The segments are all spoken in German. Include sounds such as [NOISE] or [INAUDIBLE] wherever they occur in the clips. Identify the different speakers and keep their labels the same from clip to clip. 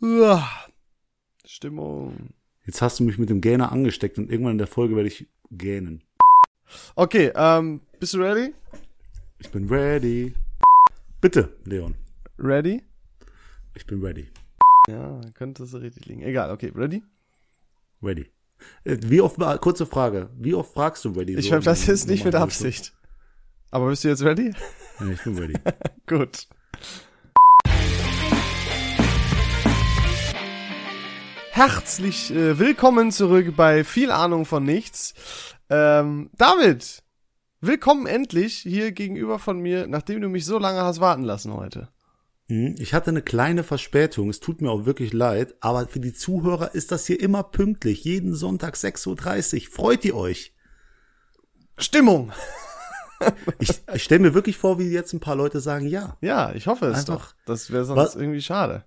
Speaker 1: Uah. Stimmung.
Speaker 2: Jetzt hast du mich mit dem Gähner angesteckt und irgendwann in der Folge werde ich gähnen.
Speaker 1: Okay, ähm, bist du ready?
Speaker 2: Ich bin ready. Bitte, Leon.
Speaker 1: Ready?
Speaker 2: Ich bin ready.
Speaker 1: Ja, könnte so richtig liegen. Egal, okay, ready?
Speaker 2: Ready. Äh, Wie oft, war- kurze Frage, wie oft fragst du ready?
Speaker 1: Ich
Speaker 2: so
Speaker 1: hoffe, das
Speaker 2: im
Speaker 1: ist nicht mit
Speaker 2: normalen
Speaker 1: Absicht. Aber bist du jetzt [LAUGHS] ready?
Speaker 2: Rhythmus? Ja, ich bin ready.
Speaker 1: Gut. Herzlich äh, willkommen zurück bei Viel Ahnung von Nichts. Ähm, David, willkommen endlich hier gegenüber von mir, nachdem du mich so lange hast warten lassen heute.
Speaker 2: Hm, Ich hatte eine kleine Verspätung, es tut mir auch wirklich leid, aber für die Zuhörer ist das hier immer pünktlich, jeden Sonntag 6.30 Uhr. Freut ihr euch?
Speaker 1: Stimmung!
Speaker 2: Ich, ich stelle mir wirklich vor, wie jetzt ein paar Leute sagen, ja.
Speaker 1: Ja, ich hoffe es
Speaker 2: Einfach-
Speaker 1: doch. Das wäre sonst
Speaker 2: Was-
Speaker 1: irgendwie schade.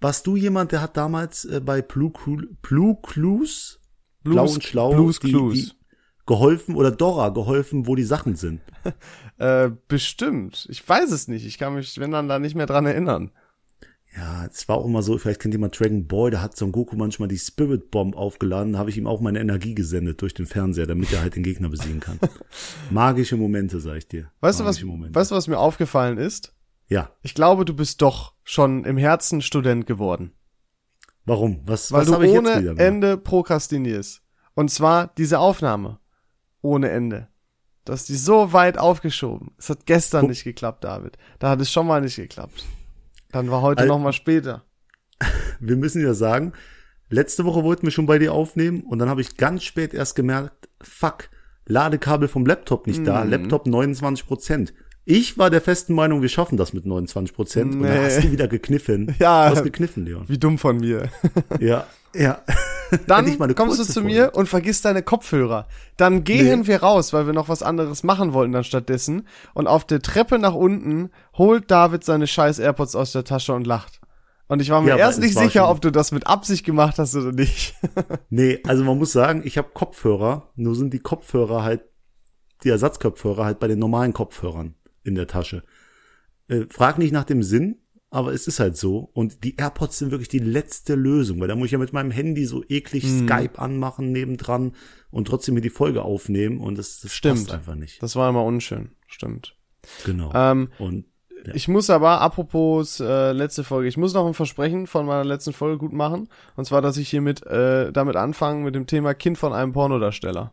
Speaker 2: Warst du jemand, der hat damals äh, bei Blue, Cool- Blue Clues,
Speaker 1: Blues-
Speaker 2: Blau und Schlau,
Speaker 1: Blues
Speaker 2: die,
Speaker 1: Clues.
Speaker 2: die geholfen oder Dora geholfen, wo die Sachen sind?
Speaker 1: Äh, bestimmt. Ich weiß es nicht. Ich kann mich, wenn dann, da nicht mehr dran erinnern.
Speaker 2: Ja, es war auch immer so, vielleicht kennt jemand Dragon Ball, da hat Son Goku manchmal die Spirit Bomb aufgeladen, da habe ich ihm auch meine Energie gesendet durch den Fernseher, damit er halt den Gegner
Speaker 1: [LAUGHS]
Speaker 2: besiegen kann. Magische Momente, sag ich dir.
Speaker 1: Weißt du, was,
Speaker 2: Magische Momente.
Speaker 1: weißt du, was mir aufgefallen ist?
Speaker 2: Ja,
Speaker 1: Ich glaube, du bist doch schon im Herzen Student geworden.
Speaker 2: warum? Was,
Speaker 1: Weil
Speaker 2: was habe
Speaker 1: du
Speaker 2: ich jetzt wieder
Speaker 1: ohne
Speaker 2: gemacht?
Speaker 1: Ende prokrastinierst. Und zwar diese Aufnahme. Ohne Ende. Du hast die so weit aufgeschoben. Es hat gestern nicht geklappt, David. Da hat es schon mal nicht geklappt. Dann war heute
Speaker 2: Al-
Speaker 1: noch mal später.
Speaker 2: Wir müssen ja sagen, letzte Woche wollten wir schon bei dir aufnehmen und dann habe ich ganz spät erst gemerkt, fuck, Ladekabel vom Laptop nicht da, Laptop 29 Prozent. Ich war der festen Meinung, wir schaffen das mit 29 Prozent und dann
Speaker 1: Nee.
Speaker 2: hast du wieder gekniffen.
Speaker 1: Ja.
Speaker 2: Du hast gekniffen, Leon.
Speaker 1: Wie dumm von mir.
Speaker 2: Ja, ja. Hätte
Speaker 1: Dann
Speaker 2: ich mal eine
Speaker 1: kommst du
Speaker 2: kurze
Speaker 1: zu
Speaker 2: Folge.
Speaker 1: mir und vergisst deine Kopfhörer. Dann gehen wir raus, weil wir noch was anderes machen wollten dann stattdessen. Und auf der Treppe nach unten holt David seine scheiß AirPods aus der Tasche und lacht. Und ich war mir
Speaker 2: Ja, aber
Speaker 1: erst
Speaker 2: es
Speaker 1: nicht
Speaker 2: war
Speaker 1: sicher,
Speaker 2: schon-
Speaker 1: ob du das mit Absicht gemacht hast oder nicht. [LAUGHS]
Speaker 2: Nee, also man muss sagen, ich habe Kopfhörer, nur sind die Kopfhörer halt, die Ersatzkopfhörer halt bei den normalen Kopfhörern in der Tasche. Äh, frag nicht nach dem Sinn, aber es ist halt so. Und die AirPods sind wirklich die letzte Lösung, weil da muss ich ja mit meinem Handy so eklig
Speaker 1: Mhm.
Speaker 2: Skype anmachen nebendran und trotzdem mir die Folge aufnehmen und das, das
Speaker 1: Stimmt.
Speaker 2: passt einfach nicht.
Speaker 1: Das war immer unschön. Stimmt.
Speaker 2: Genau.
Speaker 1: Ähm,
Speaker 2: und ja.
Speaker 1: Ich muss aber, apropos äh, letzte Folge, ich muss noch ein Versprechen von meiner letzten Folge gut machen. Und zwar, dass ich hiermit äh, damit anfange mit dem Thema Kind von einem Pornodarsteller.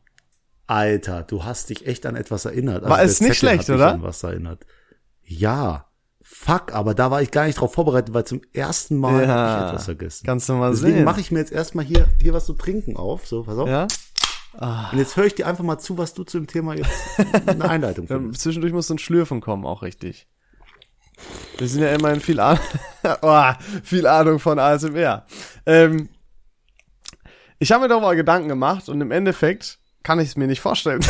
Speaker 2: Alter, du hast dich echt an etwas erinnert. Also
Speaker 1: War
Speaker 2: der
Speaker 1: es nicht
Speaker 2: Zettel hat
Speaker 1: schlecht,
Speaker 2: mich
Speaker 1: oder?
Speaker 2: An was erinnert. Ja. Fuck, aber da war ich gar nicht drauf vorbereitet, weil zum ersten Mal hab ich etwas vergessen.
Speaker 1: Kannst du mal
Speaker 2: Deswegen
Speaker 1: sehen.
Speaker 2: mache ich mir jetzt erstmal hier, hier was zu trinken auf. So, pass auf.
Speaker 1: ja?
Speaker 2: Und jetzt höre ich dir einfach mal zu, was du zu dem Thema
Speaker 1: [LAUGHS]
Speaker 2: jetzt eine Einleitung
Speaker 1: Ähm,
Speaker 2: findest.
Speaker 1: zwischendurch muss so ein Schlürfen kommen, auch richtig. Wir sind ja immerhin viel Ahnung, [LAUGHS] oh, viel Ahnung von ASMR. Ähm, ich habe mir doch mal Gedanken gemacht und im Endeffekt kann ich es mir nicht vorstellen.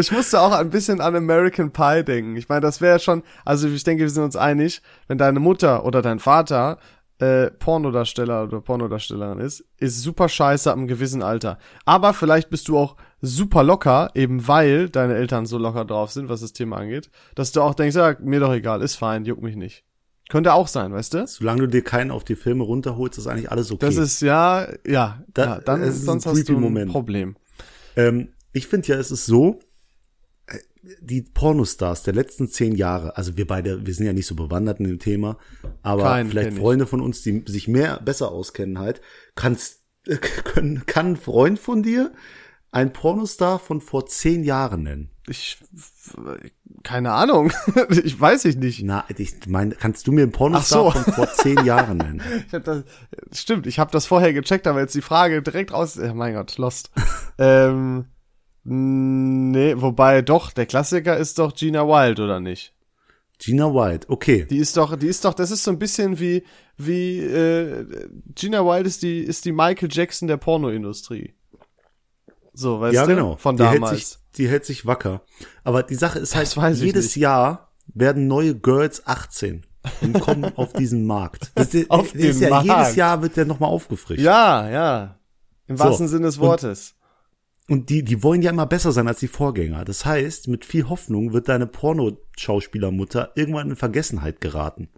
Speaker 1: ich musste auch ein bisschen an American Pie denken. Ich meine, das wäre schon, also ich denke, wir sind uns einig, wenn deine Mutter oder dein Vater äh, Pornodarsteller oder Pornodarstellerin ist, ist super scheiße am gewissen Alter. Aber vielleicht bist du auch super locker, eben weil deine Eltern so locker drauf sind, was das Thema angeht, dass du auch denkst, ja, mir doch egal, ist fein, juckt mich nicht. Könnte auch sein, weißt du?
Speaker 2: Solange du dir keinen auf die Filme runterholst, ist eigentlich alles okay.
Speaker 1: Das ist ja, ja,
Speaker 2: Da-
Speaker 1: ja dann
Speaker 2: es ist ein
Speaker 1: sonst hast
Speaker 2: creepy
Speaker 1: du ein
Speaker 2: Moment.
Speaker 1: Problem.
Speaker 2: Ähm, ich finde ja, es ist so, äh, die Pornostars der letzten zehn Jahre, also wir beide, wir sind ja nicht so bewandert in dem Thema, aber
Speaker 1: Keinen kenn
Speaker 2: vielleicht
Speaker 1: ich.
Speaker 2: Freunde von uns, die sich mehr besser auskennen halt, kannst, äh, [LAUGHS] können, kann ein Freund von dir ein Pornostar von vor zehn Jahren nennen.
Speaker 1: Ich, keine Ahnung, [LAUGHS] ich weiß ich nicht.
Speaker 2: Na, ich meine, kannst du mir einen Pornostar
Speaker 1: Ach so.
Speaker 2: von vor zehn
Speaker 1: [LAUGHS]
Speaker 2: Jahren nennen?
Speaker 1: Ich hab das, stimmt, ich habe das vorher gecheckt, aber jetzt die Frage direkt raus. Oh mein Gott,
Speaker 2: [LAUGHS]
Speaker 1: lost. ähm, nee, wobei doch, der Klassiker ist doch Gina Wild, oder nicht?
Speaker 2: Gina White, okay.
Speaker 1: Die ist doch, die ist doch, das ist so ein bisschen wie, wie, äh, Gina Wild ist die, ist die Michael Jackson der Pornoindustrie. So, weißt
Speaker 2: ja,
Speaker 1: du?
Speaker 2: genau.
Speaker 1: Von
Speaker 2: die
Speaker 1: damals.
Speaker 2: Hält sich, die hält sich wacker. Aber die Sache ist
Speaker 1: Das
Speaker 2: halt,
Speaker 1: weiß ich
Speaker 2: jedes
Speaker 1: nicht.
Speaker 2: Jahr werden neue Girls 18 und kommen auf diesen Markt. Das, ist-
Speaker 1: Auf
Speaker 2: das ist
Speaker 1: den
Speaker 2: ja,
Speaker 1: Markt.
Speaker 2: Jedes Jahr wird der nochmal aufgefrischt.
Speaker 1: ja, ja. Im
Speaker 2: So,
Speaker 1: wahrsten Sinne des
Speaker 2: und-
Speaker 1: Wortes.
Speaker 2: Und die, die wollen ja immer besser sein als die Vorgänger. Das heißt, mit viel Hoffnung
Speaker 1: Mhm.
Speaker 2: wird deine Pornoschauspielermutter irgendwann in Vergessenheit geraten.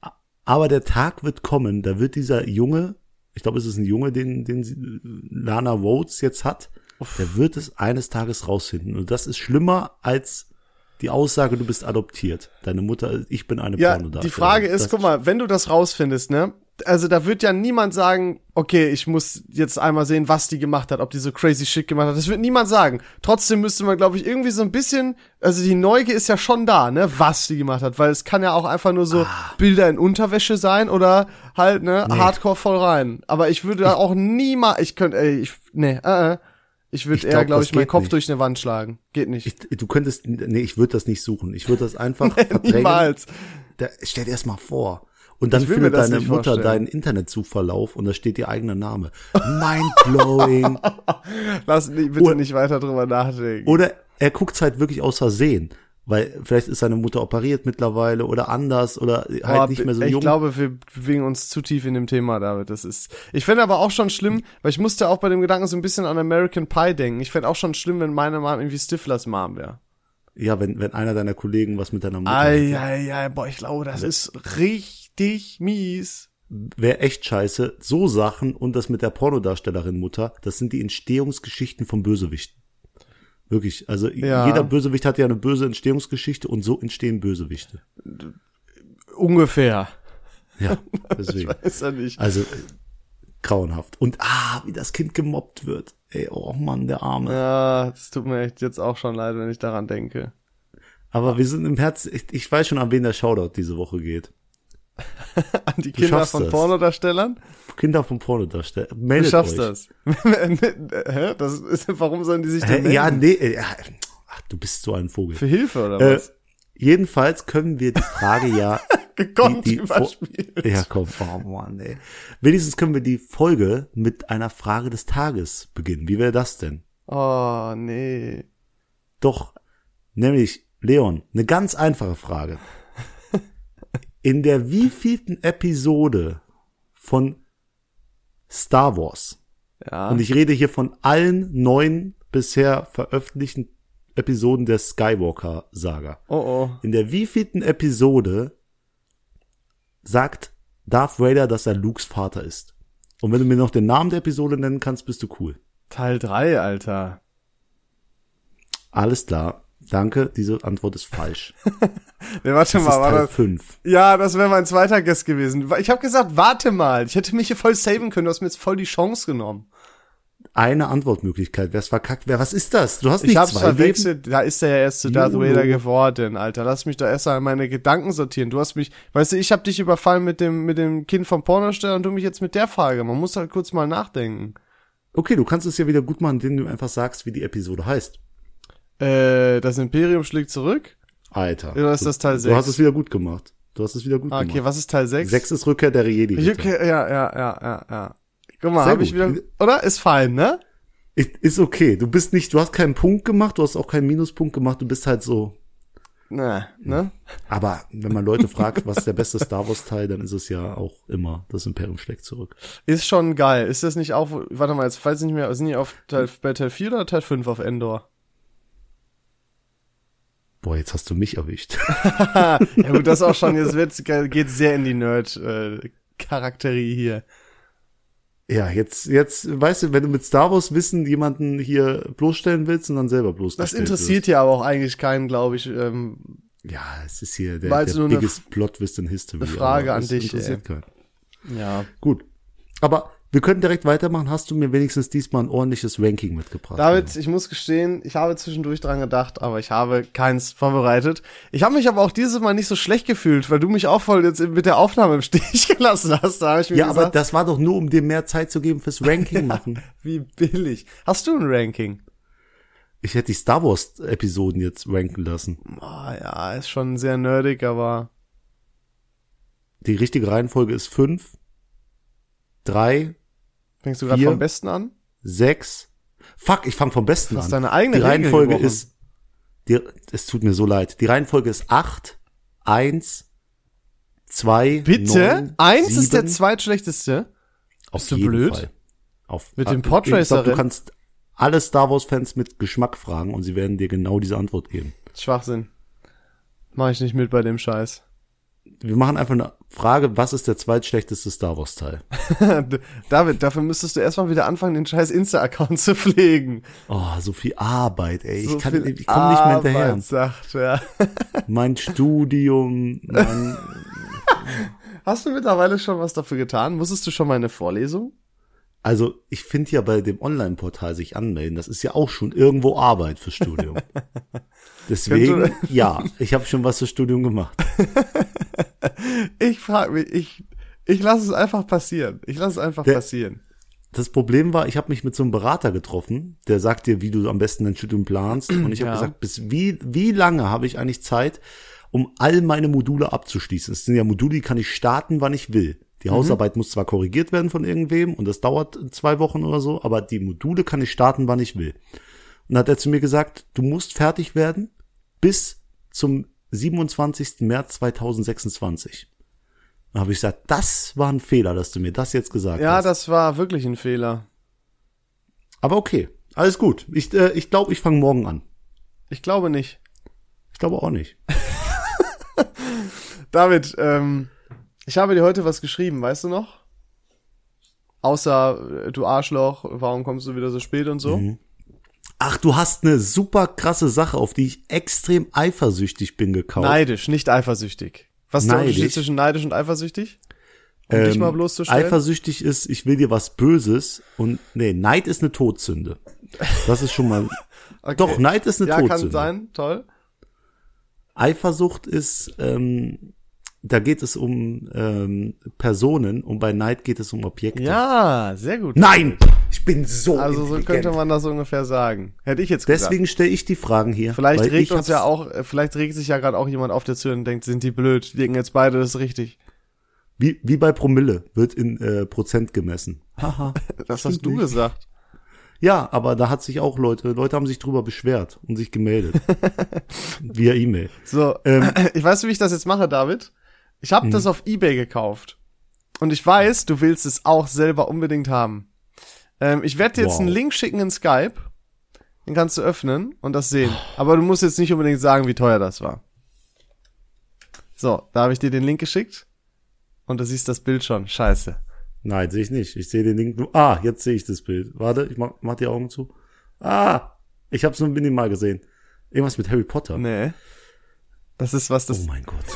Speaker 2: A- Aber der Tag wird kommen, da wird dieser Junge, ich glaube, es ist ein Junge, den, den sie- Lana Rhodes jetzt hat, der wird es eines Tages rausfinden. Und das ist schlimmer als die Aussage, du bist adoptiert. Deine Mutter, ich bin eine
Speaker 1: Ja,
Speaker 2: Pornodarstellerin.
Speaker 1: die Frage ist,
Speaker 2: das,
Speaker 1: guck mal, wenn du das rausfindest, ne? Also da wird ja niemand sagen, okay, ich muss jetzt einmal sehen, was die gemacht hat, ob die so crazy shit gemacht hat. Das wird niemand sagen. Trotzdem müsste man, glaube ich, irgendwie so ein bisschen, also die Neugier ist ja schon da, ne, was die gemacht hat, weil es kann ja auch einfach nur so
Speaker 2: Ah.
Speaker 1: Bilder in Unterwäsche sein oder halt, ne, Hardcore voll rein. Aber ich würde da auch niemals, ich könnte, ey, ich, ne, äh, äh. ich würde
Speaker 2: Ich
Speaker 1: eher,
Speaker 2: glaub,
Speaker 1: glaube
Speaker 2: das
Speaker 1: ich, meinen
Speaker 2: geht
Speaker 1: Kopf
Speaker 2: nicht.
Speaker 1: durch eine Wand schlagen. Geht nicht.
Speaker 2: ich, du könntest, nee, ich würde das nicht suchen. Ich würde das einfach verdrängen.
Speaker 1: [LAUGHS] Niemals.
Speaker 2: Da, stell dir das mal vor. Und dann
Speaker 1: Ich will
Speaker 2: findet
Speaker 1: mir das
Speaker 2: deine
Speaker 1: nicht
Speaker 2: Mutter
Speaker 1: vorstellen.
Speaker 2: deinen Internetsuchverlauf und da steht ihr eigener Name.
Speaker 1: [LAUGHS]
Speaker 2: Mindblowing.
Speaker 1: Lass bitte nicht weiter drüber nachdenken.
Speaker 2: Oder er guckt's halt wirklich aus Versehen. Weil vielleicht ist seine Mutter operiert mittlerweile oder anders oder halt
Speaker 1: Boah,
Speaker 2: nicht mehr so
Speaker 1: ich
Speaker 2: jung.
Speaker 1: glaube, wir bewegen uns zu tief in dem Thema, David. Das ist. Ich fände aber auch schon schlimm, weil ich musste auch bei dem Gedanken so ein bisschen an American Pie denken. Ich fände auch schon schlimm, wenn meine Mom irgendwie Stiflers Mom wäre.
Speaker 2: ja, wenn, wenn einer deiner Kollegen was mit deiner Mutter hat.
Speaker 1: Ei, ei, ei, boah, ich glaube, das ist richtig mies.
Speaker 2: Wäre echt scheiße. So Sachen und das mit der Pornodarstellerin Mutter, das sind die Entstehungsgeschichten von Bösewichten. Wirklich. Also
Speaker 1: Ja.
Speaker 2: jeder Bösewicht hat ja eine böse Entstehungsgeschichte und so entstehen Bösewichte.
Speaker 1: Ungefähr. [LAUGHS]
Speaker 2: Ja, deswegen.
Speaker 1: Ist ja nicht.
Speaker 2: Also äh, grauenhaft. Und ah, wie das Kind gemobbt wird. Ey, oh Mann, der Arme.
Speaker 1: Ja, es tut mir echt jetzt auch schon leid, wenn ich daran denke.
Speaker 2: Aber wir sind im Herz. Ich, ich weiß schon, an wen der Shoutout diese Woche geht.
Speaker 1: An die Kinder
Speaker 2: schaffst
Speaker 1: von
Speaker 2: das.
Speaker 1: Pornodarstellern?
Speaker 2: Kinder vom Pornodarsteller.
Speaker 1: Du
Speaker 2: Meldet
Speaker 1: schaffst
Speaker 2: euch.
Speaker 1: das. Hä? Das [LAUGHS] ist, warum sollen die sich denn
Speaker 2: Hä?
Speaker 1: melden?
Speaker 2: Ja, nee. äh, ja. Ach, du bist so ein Vogel.
Speaker 1: Für Hilfe oder
Speaker 2: Äh,
Speaker 1: was?
Speaker 2: jedenfalls können wir die
Speaker 1: [LAUGHS]
Speaker 2: Frage ja.
Speaker 1: Gekonnt
Speaker 2: die- die-
Speaker 1: überspielt.
Speaker 2: ja, komm, oh Mann, ey. Wenigstens können wir die Folge mit einer Frage des Tages beginnen. Wie wäre das denn?
Speaker 1: Oh, nee.
Speaker 2: Doch, nämlich, Leon, eine ganz
Speaker 1: [LAUGHS]
Speaker 2: einfache Frage. In der wievielten Episode von Star Wars,
Speaker 1: Ja.
Speaker 2: und ich rede hier von allen neun bisher veröffentlichten Episoden der Skywalker-Saga,
Speaker 1: oh, oh.
Speaker 2: in der wievielten Episode sagt Darth Vader, dass er Lukes Vater ist? Und wenn du mir noch den Namen der Episode nennen kannst, bist du cool.
Speaker 1: Teil 3, Alter.
Speaker 2: Alles klar. Danke, diese Antwort
Speaker 1: [LAUGHS]
Speaker 2: ist falsch.
Speaker 1: Nee, warte
Speaker 2: Das
Speaker 1: mal,
Speaker 2: ist
Speaker 1: war
Speaker 2: Teil
Speaker 1: das.
Speaker 2: 5.
Speaker 1: Ja, das wäre mein zweiter Guest gewesen. Ich habe gesagt, warte mal. Ich hätte mich hier voll saven können. Du hast mir jetzt voll die Chance genommen.
Speaker 2: Eine Antwortmöglichkeit. Wer ist verkackt? Wer, was ist das? Du hast nicht
Speaker 1: ich hab's
Speaker 2: zwei Leben.
Speaker 1: verwechselt. Da ist er ja erst zu Darth
Speaker 2: Juhu.
Speaker 1: Vader geworden, Alter. Lass mich da erst mal meine Gedanken sortieren. Du hast mich, weißt du, ich habe dich überfallen mit dem, mit dem Kind vom Pornosteller und du mich jetzt mit der Frage. Man muss halt kurz mal nachdenken.
Speaker 2: Okay, du kannst es ja wieder gut machen, indem du einfach sagst, wie die Episode heißt.
Speaker 1: Äh, das Imperium schlägt zurück.
Speaker 2: Alter.
Speaker 1: Oder ist
Speaker 2: Du-
Speaker 1: das Teil
Speaker 2: Du
Speaker 1: sechs?
Speaker 2: hast es wieder gut gemacht. Du hast es wieder gut
Speaker 1: Ah, Okay,
Speaker 2: gemacht.
Speaker 1: was ist Teil 6?
Speaker 2: Sechs ist Rückkehr der Jedi. Ritter.
Speaker 1: Okay, ja, ja, ja, ja, ja. Guck mal,
Speaker 2: Sehr
Speaker 1: habe ich wieder,
Speaker 2: gut.
Speaker 1: oder? Ist fein, ne?
Speaker 2: Ist ist okay. Du bist nicht, du hast keinen Punkt gemacht, du hast auch keinen Minuspunkt gemacht, du bist halt so.
Speaker 1: Ne, ne?
Speaker 2: Aber wenn man Leute fragt, was ist der beste Star Wars Teil, dann ist es ja auch immer das Imperium schlägt zurück.
Speaker 1: Ist schon geil. Ist das nicht auch, warte mal, jetzt falls nicht mehr, sind die auf Teil, bei Teil 4 oder Teil 5 auf Endor?
Speaker 2: Boah, jetzt hast du mich erwischt. [LAUGHS]
Speaker 1: Ja gut, das auch schon, jetzt wird's, geht sehr in die Nerd-Charakterie hier.
Speaker 2: ja, jetzt, jetzt, weißt du, wenn du mit Star Wars Wissen jemanden hier bloßstellen willst und dann selber
Speaker 1: Das
Speaker 2: bloßgestellt
Speaker 1: interessiert ja aber auch eigentlich keinen, glaube ich. Ähm,
Speaker 2: wirst. Ja, es ist hier der,
Speaker 1: War jetzt
Speaker 2: der
Speaker 1: nur eine
Speaker 2: biggest plot twist in history.
Speaker 1: eine Frage
Speaker 2: aber
Speaker 1: an
Speaker 2: es
Speaker 1: dich,
Speaker 2: Interessiert keinen.
Speaker 1: ja.
Speaker 2: Gut. Aber wir können direkt weitermachen. Hast du mir wenigstens diesmal ein ordentliches Ranking mitgebracht?
Speaker 1: David, ich muss gestehen, ich habe zwischendurch dran gedacht, aber ich habe keins vorbereitet. Ich habe mich aber auch dieses Mal nicht so schlecht gefühlt, weil du mich auch voll jetzt mit der Aufnahme im Stich [LAUGHS] gelassen hast. Da habe ich mir
Speaker 2: Ja,
Speaker 1: gesagt,
Speaker 2: aber das war doch nur, um dir mehr Zeit zu
Speaker 1: [LAUGHS]
Speaker 2: geben fürs Ranking machen.
Speaker 1: wie billig. Hast du ein Ranking?
Speaker 2: Ich hätte die Star Wars Episoden jetzt ranken lassen.
Speaker 1: Ah ja, ist schon sehr nerdig, aber
Speaker 2: Die richtige Reihenfolge ist fünf, drei,
Speaker 1: fängst du gerade
Speaker 2: Vier.
Speaker 1: vom Besten an?
Speaker 2: sechs. Fuck, ich fange vom Besten
Speaker 1: Du hast
Speaker 2: an.
Speaker 1: deine eigene
Speaker 2: die
Speaker 1: Regel
Speaker 2: Reihenfolge
Speaker 1: gebrochen.
Speaker 2: ist die, es tut mir so leid. Die Reihenfolge ist acht, eins, zwei,
Speaker 1: Bitte?
Speaker 2: neun,
Speaker 1: Eins
Speaker 2: sieben,
Speaker 1: ist der zweitschlechteste.
Speaker 2: Auf
Speaker 1: Bist du
Speaker 2: jeden
Speaker 1: blöd?
Speaker 2: Fall. Auf,
Speaker 1: Mit dem
Speaker 2: Ich glaub,
Speaker 1: Podracerin?
Speaker 2: du kannst alle Star Wars Fans mit Geschmack fragen und sie werden dir genau diese Antwort geben.
Speaker 1: Schwachsinn. Mach ich nicht mit bei dem Scheiß. [LAUGHS]
Speaker 2: Wir machen einfach eine Frage, was ist der zweitschlechteste Star Wars Teil?
Speaker 1: David, dafür müsstest du erstmal wieder anfangen, den scheiß Insta-Account zu pflegen.
Speaker 2: Oh, so viel Arbeit, ey.
Speaker 1: So
Speaker 2: ich kann,
Speaker 1: viel
Speaker 2: ich komme nicht mehr hinterher.
Speaker 1: Arbeit, Sagt, ja.
Speaker 2: Mein Studium,
Speaker 1: [LAUGHS]
Speaker 2: mein,
Speaker 1: Hast du mittlerweile schon was dafür getan? Musstest du schon mal eine Vorlesung?
Speaker 2: also ich finde ja bei dem Online-Portal sich anmelden, das ist ja auch schon irgendwo Arbeit fürs Studium. Deswegen, ja, ich habe schon was fürs Studium gemacht.
Speaker 1: Ich frage mich, ich, ich lasse es einfach passieren. Ich lasse es einfach passieren.
Speaker 2: Das Problem war, ich habe mich mit so einem Berater getroffen, der sagt dir, wie du am besten dein Studium planst. Und ich habe
Speaker 1: Ja.
Speaker 2: gesagt, bis wie, wie lange habe ich eigentlich Zeit, um all meine Module abzuschließen? Es sind ja Module, die kann ich starten, wann ich will.
Speaker 1: Mhm.
Speaker 2: Die Hausarbeit muss zwar korrigiert werden von irgendwem und das dauert zwei Wochen oder so, aber die Module kann ich starten, wann ich will. Und dann hat er zu mir gesagt, du musst fertig werden bis zum 27. März 2026. Dann habe ich gesagt, das war ein Fehler, dass du mir das jetzt gesagt hast.
Speaker 1: Ja, das war wirklich ein Fehler.
Speaker 2: Aber okay, alles gut. Ich äh, ich, glaube, ich fange morgen an.
Speaker 1: Ich glaube nicht.
Speaker 2: Ich glaube auch nicht.
Speaker 1: David, ähm, ich habe dir heute was geschrieben, weißt du noch? Außer, äh, du Arschloch, warum kommst du wieder so spät und so?
Speaker 2: Mhm. Ach, du hast eine super krasse Sache, auf die ich extrem eifersüchtig bin gekauft.
Speaker 1: Neidisch, nicht eifersüchtig. Was ist der
Speaker 2: Neidisch? Ähm,
Speaker 1: Unterschied zwischen neidisch und eifersüchtig? Um dich mal bloßzustellen.
Speaker 2: Eifersüchtig ist, ich will dir was Böses und nee, Neid ist eine Todsünde. Das ist
Speaker 1: [LAUGHS]
Speaker 2: schon mal.
Speaker 1: Okay.
Speaker 2: Doch, Neid ist eine
Speaker 1: Ja,
Speaker 2: Todsünde.
Speaker 1: kann sein, toll.
Speaker 2: Eifersucht ist, ähm, da geht es um ähm, Personen und bei Neid geht es um Objekte.
Speaker 1: Ja, sehr gut.
Speaker 2: Nein! Ich bin so.
Speaker 1: Also so
Speaker 2: intelligent.
Speaker 1: könnte man das ungefähr sagen. Hätte ich jetzt gesagt.
Speaker 2: Deswegen stelle ich die Fragen hier.
Speaker 1: Vielleicht
Speaker 2: weil
Speaker 1: regt
Speaker 2: ich
Speaker 1: uns
Speaker 2: hab's-
Speaker 1: ja auch, äh, vielleicht regt sich ja gerade auch jemand auf der Tür und denkt, sind die blöd, wirken jetzt beide das ist richtig.
Speaker 2: Wie, wie bei Promille wird in äh, Prozent gemessen. Haha.
Speaker 1: Das hast
Speaker 2: Stimmt
Speaker 1: du
Speaker 2: nicht.
Speaker 1: gesagt.
Speaker 2: Ja, aber da hat sich auch Leute, Leute haben sich drüber beschwert und
Speaker 1: [LAUGHS]
Speaker 2: sich gemeldet. Via E-Mail.
Speaker 1: So,
Speaker 2: Ähm.
Speaker 1: [CLEARS THROAT]
Speaker 2: Mhm.
Speaker 1: ich weiß, wie ich das jetzt mache, David. Ich habe das auf Ebay gekauft. Und ich weiß, du willst es auch selber unbedingt haben. Ähm, ich werde dir jetzt
Speaker 2: Wow.
Speaker 1: einen Link schicken in Skype. Den kannst du öffnen und das sehen. Aber du musst jetzt nicht unbedingt sagen, wie teuer das war. So, da habe ich dir den Link geschickt. Und du siehst das Bild schon. Scheiße.
Speaker 2: Nein, sehe ich nicht. Ich sehe den Link nur. Ah, jetzt sehe ich das Bild. Warte, ich mach, mach die Augen zu. Ah, ich habe es nur minimal gesehen. Irgendwas mit Harry Potter.
Speaker 1: Nee. Das ist was, das,
Speaker 2: Oh mein Gott.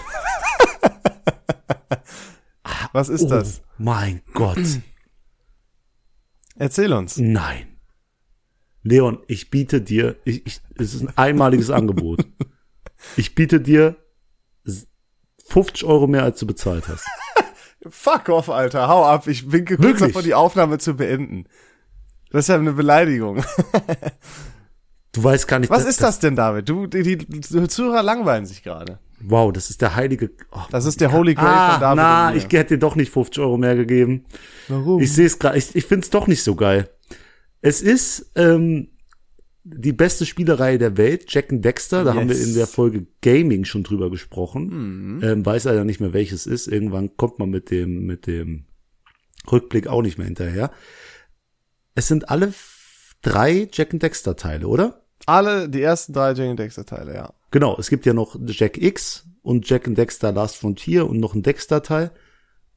Speaker 1: was ist
Speaker 2: oh
Speaker 1: das?
Speaker 2: mein
Speaker 1: [CLEARS THROAT]
Speaker 2: Gott. Oh.
Speaker 1: Erzähl uns.
Speaker 2: Nein. Leon, ich biete dir, ich, ich, es ist ein
Speaker 1: [LAUGHS]
Speaker 2: einmaliges Angebot. Ich biete dir s- 50 Euro mehr, als du bezahlt hast.
Speaker 1: Fuck off, Alter. Hau ab. Ich winke kurz
Speaker 2: Wirklich?
Speaker 1: davor, die Aufnahme zu beenden. Das ist ja eine Beleidigung.
Speaker 2: Du weißt gar nicht,
Speaker 1: Was
Speaker 2: da-
Speaker 1: ist das denn, David? Du, die, die, die Zuhörer langweilen sich gerade.
Speaker 2: Wow, das ist der heilige. Oh,
Speaker 1: Das ist der Holy Grail
Speaker 2: ah,
Speaker 1: von David.
Speaker 2: na,
Speaker 1: und mir.
Speaker 2: ich hätte dir doch nicht 50 Euro mehr gegeben.
Speaker 1: Warum?
Speaker 2: Ich sehe es gerade, ich, ich finde es doch nicht so geil. Es ist ähm, die beste Spielerei der Welt, Jack and Dexter. Da haben wir
Speaker 1: Yes. Mhm.
Speaker 2: in der Folge Gaming schon drüber gesprochen. Ähm, weiß leider nicht mehr, welches ist. Irgendwann kommt man mit dem, mit dem Rückblick auch nicht mehr hinterher. Es sind alle f- drei Jack and Dexter Teile, oder?
Speaker 1: Alle, die ersten drei Jack and Dexter Teile, ja.
Speaker 2: Genau, es gibt ja noch Jack X und Jack and Dexter Last Frontier und noch ein Dexter-Teil.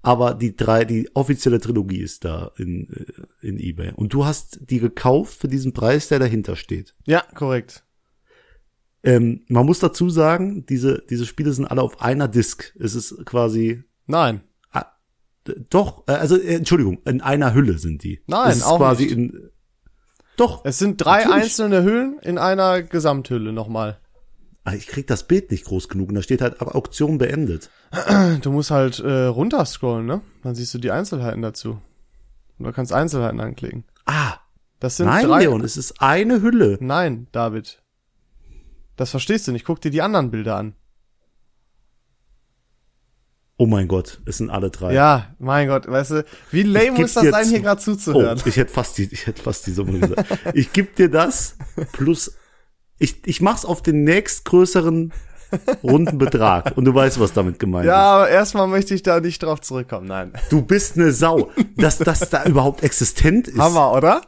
Speaker 2: Aber die drei, die offizielle Trilogie ist da in, äh, in eBay. Und du hast die gekauft für diesen Preis, der dahinter steht.
Speaker 1: Ja, korrekt.
Speaker 2: Ähm, man muss dazu sagen, diese, diese Spiele sind alle auf einer Disk. Es ist quasi,
Speaker 1: Nein.
Speaker 2: ah, d- doch, äh, also, äh, Entschuldigung, in einer Hülle sind die.
Speaker 1: Nein,
Speaker 2: es ist
Speaker 1: auch
Speaker 2: quasi
Speaker 1: nicht.
Speaker 2: in, doch,
Speaker 1: Es sind drei
Speaker 2: Natürlich.
Speaker 1: einzelne Hüllen in einer Gesamthülle nochmal.
Speaker 2: Ah, ich krieg das Bild nicht groß genug und da steht halt ab Auktion beendet.
Speaker 1: Du musst halt äh, runterscrollen, ne? Dann siehst du die Einzelheiten dazu. Und du kannst Einzelheiten anklicken.
Speaker 2: Ah,
Speaker 1: Das sind
Speaker 2: nein,
Speaker 1: drei.
Speaker 2: Leon, es ist eine Hülle.
Speaker 1: Nein, David. Das verstehst du nicht. Guck dir die anderen Bilder an.
Speaker 2: Oh mein Gott, es sind alle drei.
Speaker 1: Ja, mein Gott, weißt du, wie lame
Speaker 2: geb
Speaker 1: muss das
Speaker 2: dir
Speaker 1: sein, hier
Speaker 2: zw-
Speaker 1: gerade
Speaker 2: oh,
Speaker 1: zuzuhören?
Speaker 2: ich hätte fast die, ich hätte fast die Summe gesagt. ich geb dir das plus ich, ich mach's auf den nächstgrößeren runden Betrag und du weißt, was damit gemeint
Speaker 1: Ja, aber erstmal möchte ich da nicht drauf zurückkommen. Nein.
Speaker 2: ist. Du bist ne eine Sau, dass das da überhaupt existent ist.
Speaker 1: Hammer, oder?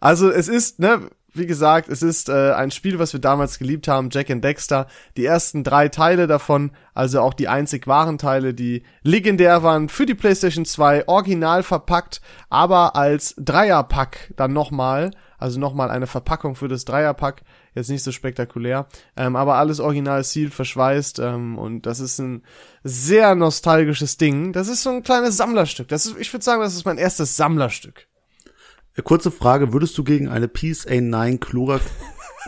Speaker 1: Also es ist, ne, wie gesagt, es ist äh, ein Spiel, was wir damals geliebt haben, Jack and Dexter. Die ersten drei Teile davon, also auch die einzig wahren Teile, die legendär waren für die PlayStation 2, original verpackt, aber als Dreierpack dann nochmal, also nochmal eine Verpackung für das Dreierpack, jetzt nicht so spektakulär, ähm, aber alles original sealed, verschweißt ähm, und das ist ein sehr nostalgisches Ding. Das ist so ein kleines Sammlerstück. Das ist, ich würde sagen, das ist mein erstes Sammlerstück.
Speaker 2: Äh, Kurze Frage, würdest du gegen eine PSA9 Klorak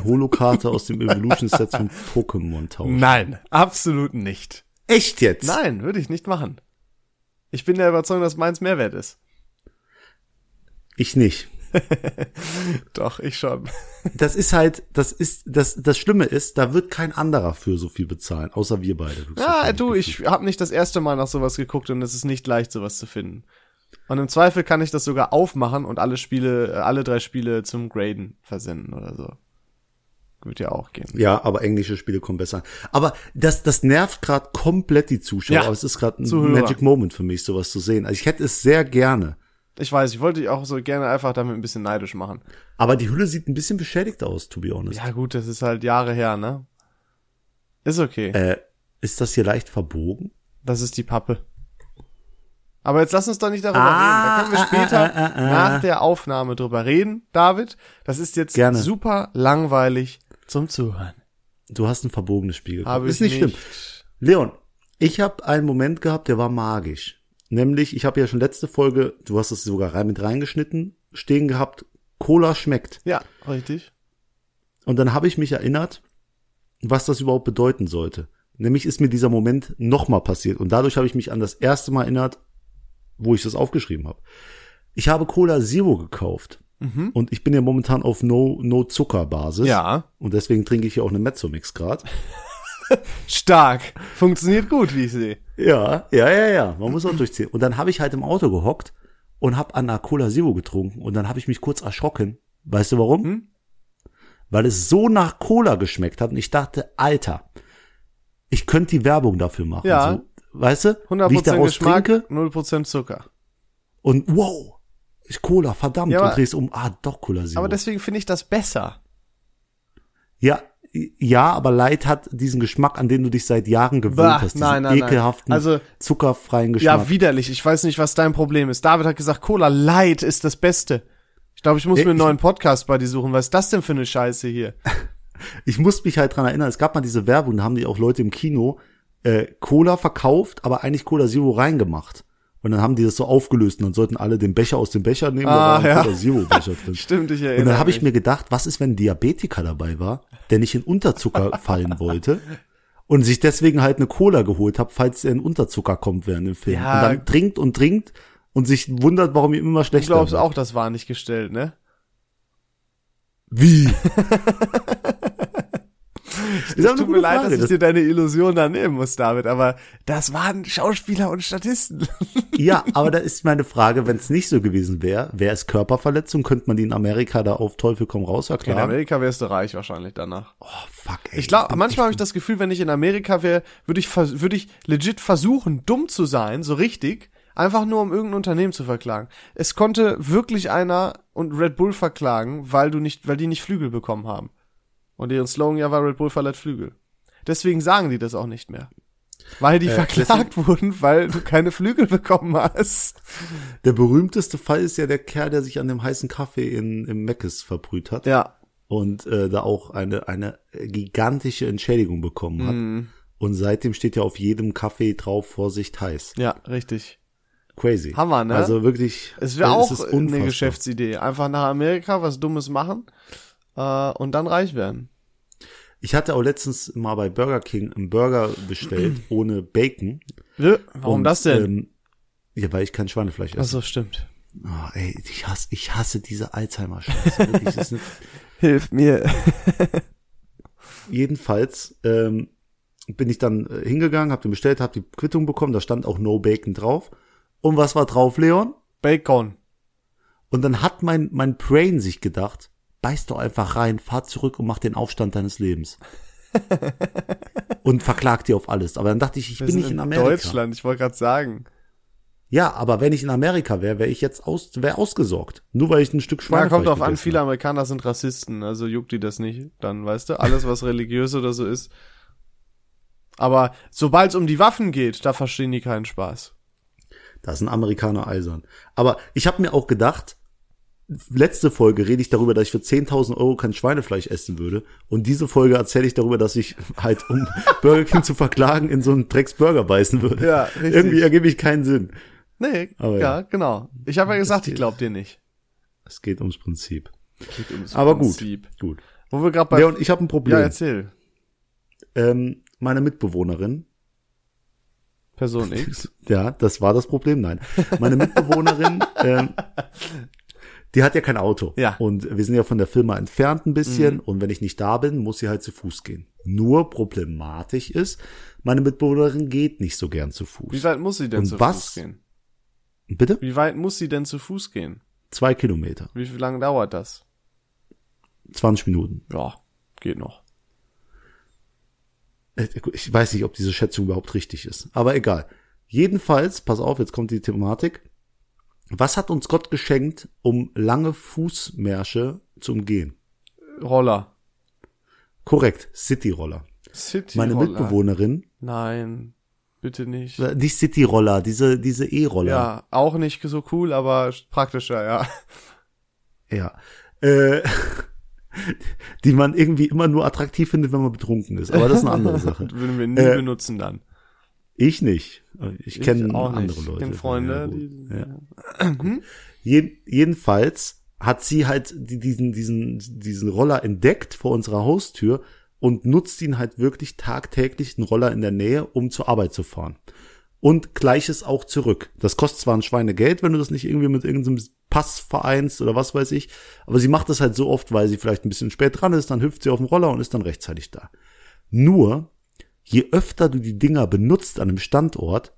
Speaker 2: Holokarte aus dem Evolution Set von Pokémon tauschen?
Speaker 1: Nein, absolut nicht.
Speaker 2: Echt jetzt?
Speaker 1: Nein, würde ich nicht machen. Ich bin der Überzeugung, dass meins mehr wert ist.
Speaker 2: Ich nicht.
Speaker 1: Doch, ich schon.
Speaker 2: Das ist halt, das ist, das, das Schlimme ist, da wird kein anderer für so viel bezahlen, außer wir beide. Du
Speaker 1: Ja, du, ich habe nicht das erste Mal nach sowas geguckt und es ist nicht leicht, sowas zu finden. Und im Zweifel kann ich das sogar aufmachen und alle Spiele, äh, alle drei Spiele zum Graden versenden oder so. Wird ja auch gehen.
Speaker 2: Ja, aber englische Spiele kommen besser. an. Aber das, das nervt gerade komplett die Zuschauer.
Speaker 1: Ja,
Speaker 2: aber es ist gerade ein
Speaker 1: Zuhörer.
Speaker 2: Magic Moment für mich, sowas zu sehen. Also ich hätte es sehr gerne.
Speaker 1: Ich weiß, ich wollte dich auch so gerne einfach damit ein bisschen neidisch machen.
Speaker 2: Aber die Hülle sieht ein bisschen beschädigt aus, to be honest.
Speaker 1: Ja gut, das ist halt Jahre her, ne? Ist okay.
Speaker 2: Äh, ist das hier leicht verbogen?
Speaker 1: Das ist die Pappe. Aber jetzt lass uns doch nicht darüber
Speaker 2: Ah,
Speaker 1: reden. Da können wir
Speaker 2: ah,
Speaker 1: später
Speaker 2: ah, ah, ah.
Speaker 1: nach der Aufnahme drüber reden, David. Das ist jetzt
Speaker 2: Gerne.
Speaker 1: super langweilig zum Zuhören.
Speaker 2: Du hast ein verbogenes Spiel gekauft.
Speaker 1: Habe
Speaker 2: ist
Speaker 1: ich
Speaker 2: nicht schlimm. Leon, ich habe einen Moment gehabt, der war magisch. Nämlich, ich habe ja schon letzte Folge, du hast es sogar rein mit reingeschnitten, stehen gehabt, Cola schmeckt.
Speaker 1: Ja, richtig.
Speaker 2: Und dann habe ich mich erinnert, was das überhaupt bedeuten sollte. Nämlich ist mir dieser Moment nochmal passiert. Und dadurch habe ich mich an das erste Mal erinnert, wo ich das aufgeschrieben habe. Ich habe Cola Zero gekauft. Und ich bin ja momentan auf No, no Zucker Basis.
Speaker 1: Ja.
Speaker 2: Und deswegen trinke ich ja auch eine Mezzomix gerade.
Speaker 1: Stark. Funktioniert gut, wie ich sehe.
Speaker 2: Ja, ja, ja, ja. Man muss auch durchziehen. Und dann habe ich halt im Auto gehockt und habe an einer Cola Zero getrunken. Und dann habe ich mich kurz erschrocken. Weißt du warum?
Speaker 1: Hm?
Speaker 2: Weil es so nach Cola geschmeckt hat. Und ich dachte, Alter, ich könnte die Werbung dafür machen.
Speaker 1: Ja.
Speaker 2: So, weißt du? Wie ich
Speaker 1: 100%
Speaker 2: daraus
Speaker 1: Geschmack,
Speaker 2: trinke.
Speaker 1: 0% Zucker.
Speaker 2: Und wow, ich Cola, verdammt.
Speaker 1: Ja,
Speaker 2: und
Speaker 1: aber-
Speaker 2: drehst um. Ah, doch Cola Zero.
Speaker 1: Aber deswegen finde ich das besser.
Speaker 2: ja, ja, aber Light hat diesen Geschmack, an den du dich seit Jahren gewöhnt
Speaker 1: Bah,
Speaker 2: hast. Diesen
Speaker 1: nein, nein, nein.
Speaker 2: ekelhaften,
Speaker 1: Also-
Speaker 2: zuckerfreien
Speaker 1: Ja,
Speaker 2: Geschmack.
Speaker 1: widerlich. Ich weiß nicht, was dein Problem ist. David hat gesagt, Cola Light ist das Beste. Ich glaube, ich muss
Speaker 2: Nee,
Speaker 1: mir einen
Speaker 2: Äh, ich-
Speaker 1: neuen Podcast bei dir suchen. Was ist das denn für eine Scheiße
Speaker 2: [LAUGHS]
Speaker 1: hier?
Speaker 2: ich muss mich halt dran erinnern, es gab mal diese Werbung, da haben die auch Leute im Kino äh, Cola verkauft, aber eigentlich Cola Zero reingemacht. Und dann haben die das so aufgelöst und dann sollten alle den Becher aus dem Becher nehmen,
Speaker 1: Ah,
Speaker 2: da war ein
Speaker 1: ja.
Speaker 2: Cola Zero Becher drin.
Speaker 1: Stimmt, [LAUGHS] ich erinnere
Speaker 2: Und dann habe ich
Speaker 1: mich.
Speaker 2: mir gedacht, was ist, wenn ein Diabetiker dabei war, der nicht
Speaker 1: [LAUGHS]
Speaker 2: in Unterzucker fallen wollte und sich deswegen halt eine Cola geholt hat, falls er in Unterzucker kommt während dem Film.
Speaker 1: Ja.
Speaker 2: Und dann trinkt und trinkt und sich wundert, warum ihm immer
Speaker 1: Ich
Speaker 2: schlechter
Speaker 1: glaube
Speaker 2: wird.
Speaker 1: auch, das war nicht gestellt, ne? [LAUGHS]
Speaker 2: Wie? Ist aber eine
Speaker 1: Tut
Speaker 2: gute
Speaker 1: mir leid,
Speaker 2: Frage.
Speaker 1: dass ich
Speaker 2: Das-
Speaker 1: dir deine Illusion da nehmen muss, David, aber das waren Schauspieler und Statisten.
Speaker 2: Ja, aber da ist meine Frage, wenn es nicht so gewesen wäre, wäre es Körperverletzung, könnte man die in Amerika da auf Teufel komm raus
Speaker 1: In
Speaker 2: verklagen?
Speaker 1: Amerika wärst du reich wahrscheinlich danach.
Speaker 2: oh, fuck, ey.
Speaker 1: Ich glaube, manchmal habe ich das Gefühl, wenn ich in Amerika wäre, würde ich, vers- würde ich legit versuchen, dumm zu sein, so richtig, einfach nur um irgendein Unternehmen zu verklagen. Es konnte wirklich einer und Red Bull verklagen, weil du nicht, weil die nicht Flügel bekommen haben. Und deren Slogan ja war Red Bull verleiht Flügel. Deswegen sagen die das auch nicht mehr. Weil
Speaker 2: Äh,
Speaker 1: die verklagt wurden, weil du keine Flügel bekommen hast.
Speaker 2: Der berühmteste Fall ist ja der Kerl, der sich an dem heißen Kaffee in, im Meckes verbrüht hat
Speaker 1: Ja,
Speaker 2: und äh, da auch eine, eine gigantische Entschädigung bekommen hat.
Speaker 1: Mhm.
Speaker 2: Und seitdem steht ja auf jedem Kaffee drauf, Vorsicht, heiß.
Speaker 1: ja, richtig.
Speaker 2: Crazy.
Speaker 1: Hammer, ne?
Speaker 2: Also wirklich.
Speaker 1: Es wäre
Speaker 2: äh,
Speaker 1: auch
Speaker 2: ist
Speaker 1: eine
Speaker 2: unfassbar.
Speaker 1: Geschäftsidee. Einfach nach Amerika was Dummes machen äh, und dann reich werden.
Speaker 2: Ich hatte auch letztens mal bei Burger King einen Burger bestellt,
Speaker 1: [CLEARS THROAT]
Speaker 2: ohne Bacon.
Speaker 1: Nö, Warum
Speaker 2: Und,
Speaker 1: das denn?
Speaker 2: Ähm, ja, weil ich kein Schweinefleisch esse.
Speaker 1: Achso, stimmt.
Speaker 2: Ah, ey, ich hasse, ich hasse diese Alzheimer-Scheiße. wirklich.
Speaker 1: [LAUGHS]
Speaker 2: Das ist eine-
Speaker 1: Hilf mir.
Speaker 2: Jedenfalls ähm, bin ich dann äh, hingegangen, habe den bestellt, habe die Quittung bekommen. Da stand auch No Bacon drauf. Und was war drauf, Leon?
Speaker 1: Bacon.
Speaker 2: Und dann hat mein, mein Brain sich gedacht, beiß doch einfach rein, fahr zurück und mach den Aufstand
Speaker 1: [LAUGHS]
Speaker 2: deines Lebens. und verklagt dir auf alles. Aber dann dachte ich, ich
Speaker 1: Wir
Speaker 2: bin
Speaker 1: sind
Speaker 2: nicht in
Speaker 1: in
Speaker 2: Amerika.
Speaker 1: Deutschland, ich wollte gerade sagen.
Speaker 2: Ja, aber wenn ich in Amerika wäre, wäre ich jetzt aus, wär ausgesorgt. Nur weil ich ein Stück
Speaker 1: Ja,
Speaker 2: Schweinefleisch
Speaker 1: kommt drauf an,
Speaker 2: gegessen
Speaker 1: viele
Speaker 2: hab.
Speaker 1: Amerikaner sind Rassisten, also juckt die das nicht, dann weißt du, alles was religiös oder so ist. Aber sobald es um die Waffen geht, da verstehen die keinen Spaß.
Speaker 2: Da sind Amerikaner eisern. Aber ich habe mir auch gedacht, letzte Folge rede ich darüber, dass ich für 10.000 Euro kein Schweinefleisch essen würde. Und diese Folge erzähle ich darüber, dass ich halt,
Speaker 1: [LAUGHS]
Speaker 2: um Burger King zu verklagen, in so einen Drecksburger beißen würde.
Speaker 1: Ja, richtig.
Speaker 2: Irgendwie ergebe ich keinen Sinn.
Speaker 1: Nee,
Speaker 2: Aber
Speaker 1: ja,
Speaker 2: ja.
Speaker 1: genau. Ich habe ja gesagt, ich glaub dir nicht.
Speaker 2: Es geht ums Prinzip.
Speaker 1: Geht ums
Speaker 2: Aber gut.
Speaker 1: Prinzip.
Speaker 2: Gut.
Speaker 1: Wo wir gerade bei
Speaker 2: Ja, und ich habe ein Problem.
Speaker 1: Ja, erzähl.
Speaker 2: ähm, meine Mitbewohnerin [LAUGHS]
Speaker 1: Person X.
Speaker 2: Ja, das war das Problem. Nein. Meine Mitbewohnerin, ähm, die hat ja kein Auto.
Speaker 1: Ja.
Speaker 2: Und wir sind ja von der Firma entfernt ein bisschen. Und wenn ich nicht da bin, muss sie halt zu Fuß gehen. Nur problematisch ist, meine Mitbewohnerin geht nicht so gern zu
Speaker 1: Wie
Speaker 2: Fuß.
Speaker 1: weit muss sie denn
Speaker 2: Und
Speaker 1: zu
Speaker 2: was?
Speaker 1: Fuß gehen?
Speaker 2: Bitte?
Speaker 1: Wie weit muss sie denn zu Fuß gehen?
Speaker 2: Zwei Kilometer.
Speaker 1: Wie viel lang dauert das?
Speaker 2: 20 Minuten.
Speaker 1: Ja, geht noch.
Speaker 2: Äh, Ich weiß nicht, ob diese Schätzung überhaupt richtig ist. Aber egal. Jedenfalls, pass auf, jetzt kommt die Thematik. Was hat uns Gott geschenkt, um lange Fußmärsche zu umgehen?
Speaker 1: Roller.
Speaker 2: Korrekt. Cityroller.
Speaker 1: City
Speaker 2: Meine
Speaker 1: Roller.
Speaker 2: Mitbewohnerin
Speaker 1: Nein, bitte nicht.
Speaker 2: Äh, Nicht City-Roller, diese, diese E-Roller.
Speaker 1: Ja, auch nicht so cool, aber praktischer, ja.
Speaker 2: Ja. Äh, [LAUGHS] die man irgendwie immer nur attraktiv findet, wenn man betrunken ist. Aber das ist eine andere Sache.
Speaker 1: [LAUGHS] Würden wir nie
Speaker 2: Äh,
Speaker 1: benutzen dann.
Speaker 2: Ich nicht. Ich kenne andere
Speaker 1: Ich
Speaker 2: Leute.
Speaker 1: kenn Freunde,
Speaker 2: Ja, gut.
Speaker 1: die,
Speaker 2: Ja. Jeden- jedenfalls hat sie halt die- diesen, diesen, diesen Roller entdeckt vor unserer Haustür und nutzt ihn halt wirklich tagtäglich, einen Roller in der Nähe, um zur Arbeit zu fahren. Und gleiches auch zurück. Das kostet zwar ein Schweinegeld, wenn du das nicht irgendwie mit irgendeinem Pass vereinst oder was weiß ich, aber sie macht das halt so oft, weil sie vielleicht ein bisschen spät dran ist, dann hüpft sie auf den Roller und ist dann rechtzeitig da. Nur, je öfter du die Dinger benutzt an einem Standort,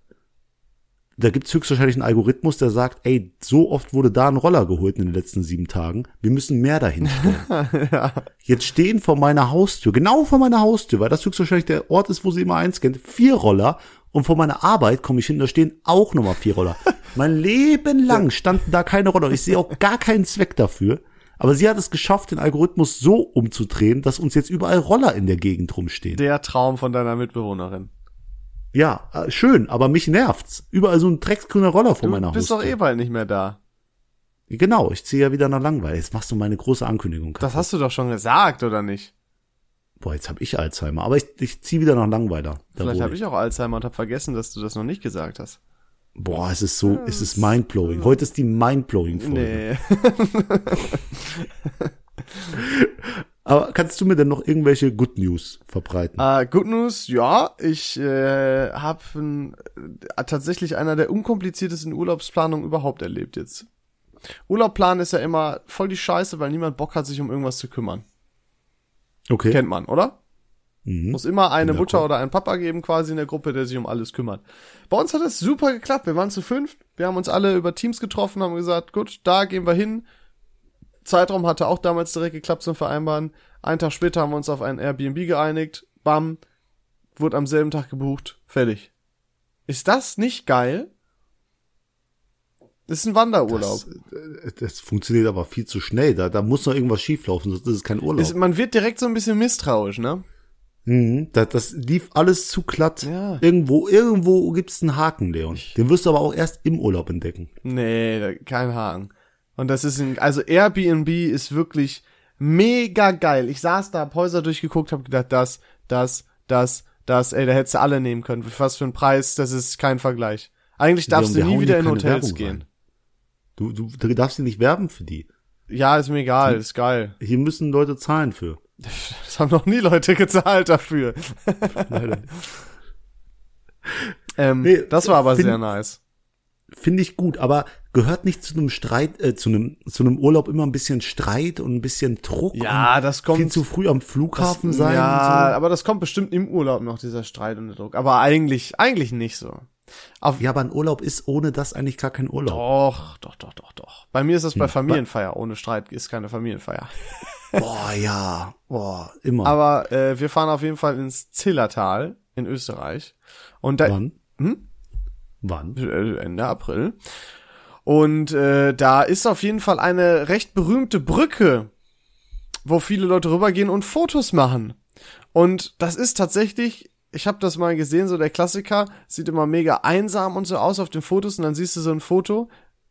Speaker 2: da gibt's höchstwahrscheinlich einen Algorithmus, der sagt, ey, so oft wurde da ein Roller geholt in den letzten sieben Tagen, wir müssen mehr dahin stellen. Jetzt stehen vor meiner Haustür, genau vor meiner Haustür, weil das höchstwahrscheinlich der Ort ist, wo sie immer eins kennt, vier Roller und vor meiner Arbeit komme ich hin, da stehen auch nochmal vier Roller. mein Leben lang standen da keine Roller. Ich sehe auch gar keinen Zweck dafür. Aber sie hat es geschafft, den Algorithmus so umzudrehen, dass uns jetzt überall Roller in der Gegend rumstehen.
Speaker 1: Der Traum von deiner Mitbewohnerin.
Speaker 2: Ja, äh, schön, aber mich nervt's. Überall so ein drecksgrüner Roller vor
Speaker 1: Du
Speaker 2: meiner
Speaker 1: bist
Speaker 2: Haustür.
Speaker 1: doch eh bald nicht mehr da.
Speaker 2: Genau, ich ziehe ja wieder nach Langweil. Jetzt machst du meine große Ankündigung.
Speaker 1: Das hast du doch schon gesagt, oder nicht?
Speaker 2: Boah, jetzt habe ich Alzheimer, aber ich, ich ziehe wieder nach Langweiler. Da
Speaker 1: Vielleicht
Speaker 2: wohne
Speaker 1: habe ich auch Alzheimer und habe vergessen, dass du das noch nicht gesagt hast.
Speaker 2: Boah, es ist so, es ist mindblowing. Heute ist die mindblowing Folge.
Speaker 1: Nee.
Speaker 2: Aber kannst du mir denn noch irgendwelche Good News verbreiten?
Speaker 1: Äh, Good News, ja, ich äh, habe äh, tatsächlich einer der unkompliziertesten Urlaubsplanungen überhaupt erlebt jetzt. Urlaub planen ist ja immer voll die Scheiße, weil niemand Bock hat, sich um irgendwas zu kümmern.
Speaker 2: okay.
Speaker 1: Kennt man, oder?
Speaker 2: Mhm.
Speaker 1: Muss immer eine Mutter oder einen Papa geben, quasi in der Gruppe, der sich um alles kümmert. Bei uns hat das super geklappt. Wir waren zu fünf. Wir haben uns alle über Teams getroffen, haben gesagt, gut, da gehen wir hin. Zeitraum hatte auch damals direkt geklappt zum Vereinbaren. Einen Tag später haben wir uns auf ein Airbnb geeinigt. Bam. Wurde am selben Tag gebucht. Fertig. Ist das nicht geil? Das ist ein Wanderurlaub.
Speaker 2: Das, äh, das funktioniert aber viel zu schnell. Da, da muss noch irgendwas schieflaufen, sonst ist es kein Urlaub.
Speaker 1: ist, man wird direkt so ein bisschen misstrauisch, ne?
Speaker 2: mhm. das, das lief alles zu glatt.
Speaker 1: Ja.
Speaker 2: Irgendwo, irgendwo gibt's einen Haken, Leon. Den wirst du aber auch erst im Urlaub entdecken.
Speaker 1: Nee, da, kein Haken. Und das ist ein, also Airbnb ist wirklich mega geil. Ich saß da, hab Häuser durchgeguckt, hab gedacht, das, das, das, das, ey, da hättest du alle nehmen können. Für fast für einen Preis, das ist kein Vergleich. Eigentlich darfst du
Speaker 2: Leon, wir
Speaker 1: nie
Speaker 2: hauen
Speaker 1: wieder
Speaker 2: hier
Speaker 1: in
Speaker 2: keine
Speaker 1: Hotels
Speaker 2: Werbung
Speaker 1: gehen.
Speaker 2: rein. Du, du, du darfst dir nicht werben für die.
Speaker 1: Ja, ist mir
Speaker 2: Hm.
Speaker 1: egal, ist geil. [LAUGHS]
Speaker 2: Hier müssen Leute zahlen für.
Speaker 1: Das haben noch nie Leute [LAUGHS] gezahlt dafür. [LAUGHS] ähm,
Speaker 2: Nee,
Speaker 1: das war aber
Speaker 2: bin-
Speaker 1: sehr nice.
Speaker 2: Finde ich gut, aber gehört nicht zu einem Streit, äh, zu einem zu einem Urlaub immer ein bisschen Streit und ein bisschen Druck?
Speaker 1: Ja,
Speaker 2: und
Speaker 1: das
Speaker 2: viel
Speaker 1: kommt
Speaker 2: zu früh am Flughafen
Speaker 1: Das-
Speaker 2: sein.
Speaker 1: Ja,
Speaker 2: und
Speaker 1: aber das kommt bestimmt im Urlaub noch, dieser Streit und der Druck. Aber eigentlich, eigentlich nicht so. Auf,
Speaker 2: so. ja, aber ein Urlaub ist ohne das eigentlich gar kein Urlaub.
Speaker 1: Doch, doch, doch, doch, doch. Bei mir ist das bei Familienfeier. Ohne Streit ist keine Familienfeier.
Speaker 2: Boah, ja, boah, immer.
Speaker 1: Aber äh, wir fahren auf jeden Fall ins Zillertal in Österreich. Und da,
Speaker 2: Wann? Wann?
Speaker 1: äh, Ende April. Und äh, da ist auf jeden Fall eine recht berühmte Brücke, wo viele Leute rübergehen und Fotos machen. Und das ist tatsächlich, ich habe das mal gesehen, so der Klassiker, sieht immer mega einsam und so aus auf den Fotos und dann siehst du so ein Foto,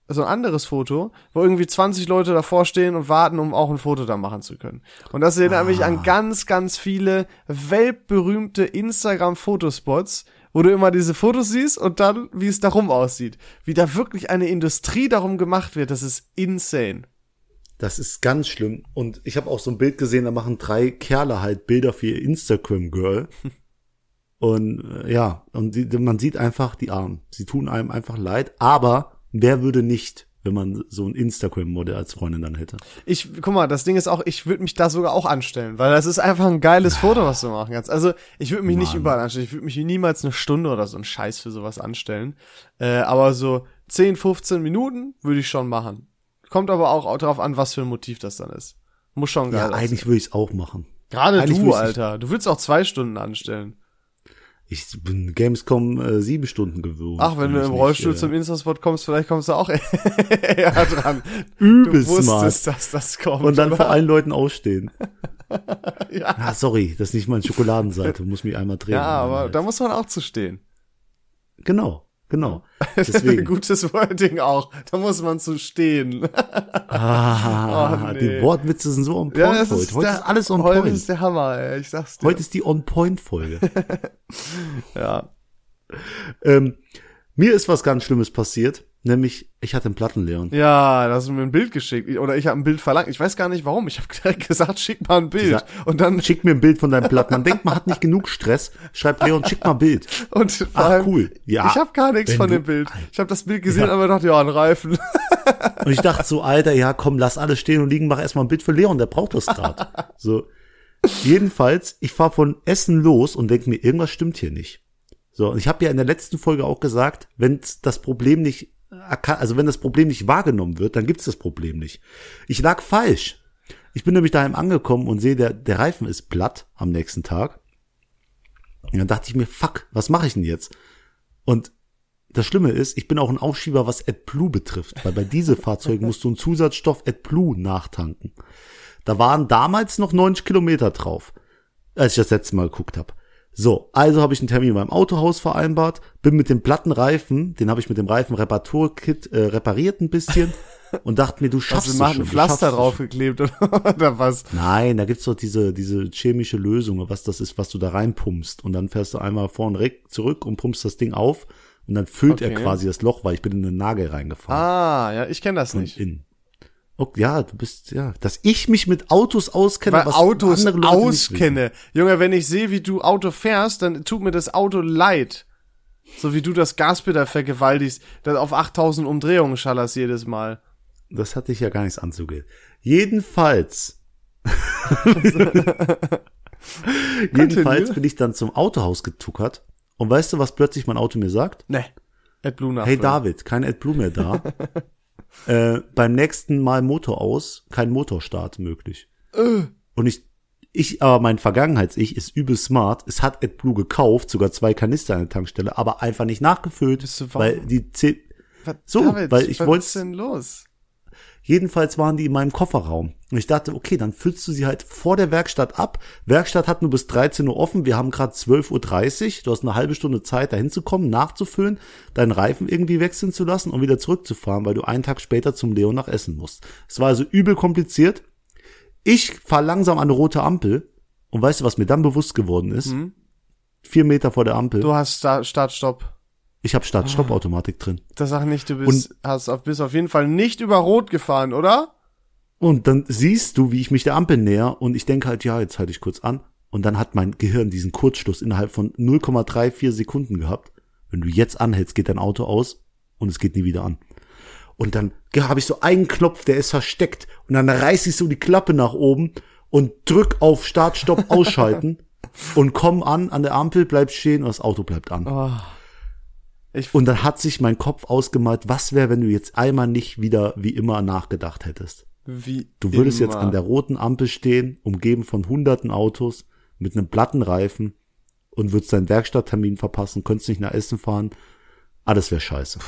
Speaker 1: so ein anderes Foto, wo irgendwie 20 Leute davor stehen und warten, um auch ein Foto da machen zu können. Und das erinnert mich an ganz, ganz viele weltberühmte Instagram-Fotospots, wo du immer diese Fotos siehst und dann, wie es darum aussieht. Wie da wirklich eine Industrie darum gemacht wird, das ist insane.
Speaker 2: Das ist ganz schlimm. Und ich habe auch so ein Bild gesehen, da machen drei Kerle halt Bilder für
Speaker 1: [LAUGHS]
Speaker 2: ihr Instagram-Girl. Und äh, ja, und die, man sieht einfach die Armen. Sie tun einem einfach leid. Aber wer würde nicht, wenn man so ein Instagram-Model als Freundin dann hätte?
Speaker 1: Ich, guck mal, das Ding ist auch, ich würde mich da sogar auch anstellen, weil das ist einfach ein geiles Foto, was du machen kannst. Also, ich würde mich nicht überall anstellen. Ich würde mich niemals eine Stunde oder so einen Scheiß für sowas anstellen. Äh, aber so 10, 15 Minuten würde ich schon machen. Kommt aber auch drauf an, was für ein Motiv das dann ist. Muss schon geil
Speaker 2: Ja,
Speaker 1: sein.
Speaker 2: eigentlich würde ich es auch machen.
Speaker 1: Gerade
Speaker 2: eigentlich
Speaker 1: du,
Speaker 2: würd's nicht-
Speaker 1: Alter. Du willst auch zwei Stunden anstellen.
Speaker 2: Ich bin Gamescom äh, sieben Stunden gewöhnt.
Speaker 1: Ach, wenn du
Speaker 2: ich
Speaker 1: im
Speaker 2: nicht,
Speaker 1: Rollstuhl
Speaker 2: äh,
Speaker 1: zum Instaspot kommst, vielleicht kommst du auch [LAUGHS] eher dran.
Speaker 2: Übelst
Speaker 1: du wusstest,
Speaker 2: smart.
Speaker 1: dass das kommt.
Speaker 2: Und dann
Speaker 1: oder?
Speaker 2: vor allen
Speaker 1: [LAUGHS]
Speaker 2: Leuten ausstehen.
Speaker 1: Ja.
Speaker 2: Ah, sorry, das ist nicht meine Schokoladenseite. Muss mich einmal drehen.
Speaker 1: ja, aber da muss man auch zu stehen.
Speaker 2: Genau,
Speaker 1: [LAUGHS]
Speaker 2: genau. Deswegen.
Speaker 1: Gutes Wording auch. Da muss man zu stehen.
Speaker 2: Ah,
Speaker 1: Oh, nee.
Speaker 2: die Wortwitze sind so
Speaker 1: [LAUGHS]
Speaker 2: on point heute. Heute
Speaker 1: der-
Speaker 2: ist alles on
Speaker 1: heute
Speaker 2: point.
Speaker 1: ist der Hammer, ey. Ich sag's dir.
Speaker 2: heute ist die on point Folge.
Speaker 1: [LAUGHS] ja.
Speaker 2: ähm, mir ist was ganz Schlimmes passiert, nämlich ich hatte einen Plattenleeren.
Speaker 1: Ja, da hast du mir ein Bild geschickt. Ich- Oder ich habe ein Bild verlangt. Ich weiß gar nicht warum. Ich habe [LAUGHS] direkt gesagt, schick mal ein Bild. Und dann,
Speaker 2: Schick mir ein Bild von deinem Platten. Man denkt, man hat nicht genug Stress. Schreibt Leon, schick mal ein Bild.
Speaker 1: und vor
Speaker 2: Ach,
Speaker 1: allem,
Speaker 2: cool. Ja.
Speaker 1: ich habe gar nichts
Speaker 2: Wenn
Speaker 1: von
Speaker 2: du-
Speaker 1: dem Bild. Ich habe das Bild gesehen, aber dachte, ja, ein Reifen.
Speaker 2: Und ich dachte so, Alter, ja, komm, lass alles stehen und liegen, mach erstmal ein Bild für Leon, der braucht das gerade. So. Jedenfalls, ich fahr von Essen los und denke mir, irgendwas stimmt hier nicht. So, und ich habe ja in der letzten Folge auch gesagt, wenn das Problem nicht erkan- also wenn das Problem nicht wahrgenommen wird, dann gibt's das Problem nicht. Ich lag falsch. Ich bin nämlich daheim angekommen und sehe, der, der Reifen ist platt am nächsten Tag. Und dann dachte ich mir, fuck, was mache ich denn jetzt? Und das Schlimme ist, ich bin auch ein Aufschieber, was AdBlue betrifft, weil bei Dieselfahrzeugen musst du einen Zusatzstoff AdBlue nachtanken. Da waren damals noch 90 Kilometer drauf, als ich das letzte Mal geguckt habe. So, also habe ich einen Termin in meinem Autohaus vereinbart, bin mit dem platten Reifen, den habe ich mit dem Reifenreparaturkit äh, repariert
Speaker 1: [LAUGHS]
Speaker 2: ein bisschen und dachte mir, du schaffst
Speaker 1: Also,
Speaker 2: es
Speaker 1: man hat
Speaker 2: schon.
Speaker 1: ein
Speaker 2: du
Speaker 1: Pflaster
Speaker 2: schaffst es schon.
Speaker 1: draufgeklebt [LAUGHS] oder, oder was.
Speaker 2: Nein, da gibt's doch diese, diese chemische Lösung, was das ist, was du da reinpumpst. Und dann fährst du einmal vorn rück- zurück und pumpst das Ding auf. Und dann füllt er
Speaker 1: Okay.
Speaker 2: quasi das Loch, weil ich bin in den Nagel reingefahren.
Speaker 1: Ah, ja, ich kenne das nicht.
Speaker 2: In. Oh, ja, du bist, ja. Dass ich mich mit Autos auskenne,
Speaker 1: bei
Speaker 2: was
Speaker 1: Autos
Speaker 2: andere Leute nicht wissen.
Speaker 1: auskenne. Junge, wenn ich sehe, wie du Auto fährst, dann tut mir das Auto leid. So wie du das Gaspedal vergewaltigst, das auf 8000 Umdrehungen schallerst jedes Mal.
Speaker 2: Das hatte ich ja gar nichts anzugehen.
Speaker 1: [LAUGHS]
Speaker 2: Jedenfalls. [LAUGHS] Jedenfalls bin ich dann zum Autohaus getuckert. Und weißt du, was plötzlich mein Auto mir sagt?
Speaker 1: Ne. AdBlue
Speaker 2: Hey
Speaker 1: nachfüllen.
Speaker 2: David, kein AdBlue
Speaker 1: [LAUGHS]
Speaker 2: mehr da. äh, beim nächsten Mal Motor aus, kein Motorstart möglich.
Speaker 1: Äh.
Speaker 2: Und ich, ich, aber mein Vergangenheits-Ich ist übel smart. Es hat AdBlue gekauft, sogar zwei Kanister an der Tankstelle, aber einfach nicht nachgefüllt,
Speaker 1: Bist du wahr?
Speaker 2: weil die zehn,
Speaker 1: Was-
Speaker 2: so, weil ich
Speaker 1: was
Speaker 2: wollt's-
Speaker 1: ist denn los?
Speaker 2: Jedenfalls waren die in meinem Kofferraum. Und ich dachte, okay, dann füllst du sie halt vor der Werkstatt ab. Werkstatt hat nur bis 13 Uhr offen. Wir haben gerade 12.30 Uhr. Du hast eine halbe Stunde Zeit, da hinzukommen, nachzufüllen, deinen Reifen irgendwie wechseln zu lassen und wieder zurückzufahren, weil du einen Tag später zum Leon nach Essen musst. Es war also übel kompliziert. Ich fahr langsam an eine rote Ampel. Und weißt du, was mir dann bewusst geworden ist? Vier Meter vor der Ampel.
Speaker 1: Du hast Sta- Start, Stopp.
Speaker 2: Ich habe Start-Stopp-Automatik drin.
Speaker 1: Das sag nicht, du bist, hast auf, bist auf jeden Fall nicht über Rot gefahren, oder?
Speaker 2: Und dann siehst du, wie ich mich der Ampel näher und ich denke halt, ja, jetzt halte ich kurz an. Und dann hat mein Gehirn diesen Kurzschluss innerhalb von 0,34 Sekunden gehabt. Wenn du jetzt anhältst, geht dein Auto aus und es geht nie wieder an. Und dann ja, habe ich so einen Knopf, der ist versteckt. Und dann reiß ich so die Klappe nach oben und drück auf Start, Stopp, Ausschalten und komm an, an der Ampel, bleib stehen und das Auto bleibt an.
Speaker 1: Ich,
Speaker 2: Und dann hat sich mein Kopf ausgemalt, was wäre, wenn du jetzt einmal nicht wieder wie immer nachgedacht hättest.
Speaker 1: wie
Speaker 2: Du würdest
Speaker 1: immer.
Speaker 2: jetzt an der roten Ampel stehen, umgeben von hunderten Autos mit einem platten Reifen und würdest deinen Werkstatttermin verpassen, könntest nicht nach Essen fahren Ah, das wäre scheiße.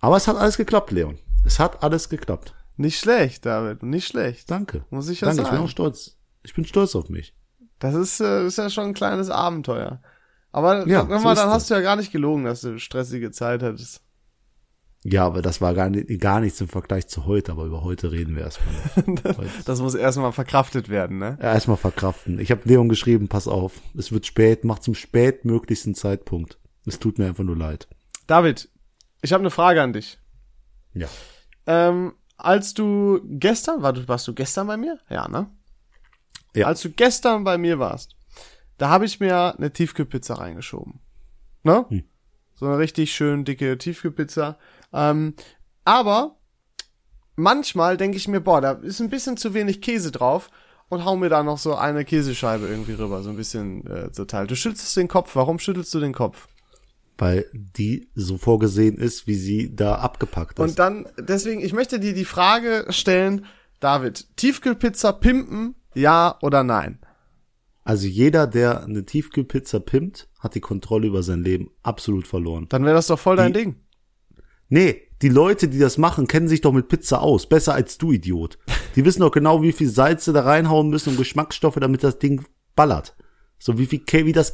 Speaker 2: Aber es hat alles geklappt, Leon. Es hat alles geklappt.
Speaker 1: Nicht schlecht, David. Nicht schlecht.
Speaker 2: Danke.
Speaker 1: Muss ich ja
Speaker 2: Danke, ich
Speaker 1: sagen.
Speaker 2: bin auch stolz. Ich bin stolz auf mich.
Speaker 1: Das ist, äh, ist ja schon ein kleines Abenteuer. Aber
Speaker 2: Ja,
Speaker 1: ja, mal,
Speaker 2: so ist
Speaker 1: dann
Speaker 2: das.
Speaker 1: hast du ja gar nicht gelogen, dass du stressige Zeit hattest.
Speaker 2: Ja, aber das war gar, ni- gar nichts im Vergleich zu heute, aber über heute reden
Speaker 1: [LAUGHS]
Speaker 2: wir erstmal. nicht.
Speaker 1: Das muss erstmal verkraftet werden, ne?
Speaker 2: Ja, erstmal verkraften. Ich habe Leon geschrieben, pass auf, es wird spät, mach zum spätmöglichsten Zeitpunkt. Es tut mir einfach nur leid.
Speaker 1: David, ich habe eine Frage an dich.
Speaker 2: Ja.
Speaker 1: Ähm, als du gestern, war du, warst du gestern bei mir? Ja, ne?
Speaker 2: Ja.
Speaker 1: Als du gestern bei mir warst, da habe ich mir eine Tiefkühlpizza reingeschoben. Ne? So eine richtig schön dicke Tiefkühlpizza. Ähm, aber manchmal denke ich mir, boah, da ist ein bisschen zu wenig Käse drauf und hau mir da noch so eine Käsescheibe irgendwie rüber, so ein bisschen äh, zerteilt. Du schüttelst den Kopf. Warum schüttelst du den Kopf?
Speaker 2: Weil die so vorgesehen ist, wie sie da abgepackt ist.
Speaker 1: Und dann, deswegen, ich möchte dir die Frage stellen, David, Tiefkühlpizza pimpen, ja oder nein?
Speaker 2: also jeder, der eine Tiefkühlpizza pimmt, hat die Kontrolle über sein Leben absolut verloren.
Speaker 1: Dann wäre das doch voll dein Ding.
Speaker 2: Nee, die Leute, die das machen, kennen sich doch mit Pizza aus. Besser als du, Idiot. Die wissen doch genau, wie viel Salz sie da reinhauen müssen und Geschmacksstoffe, damit das Ding ballert. So wie viel Kä wie das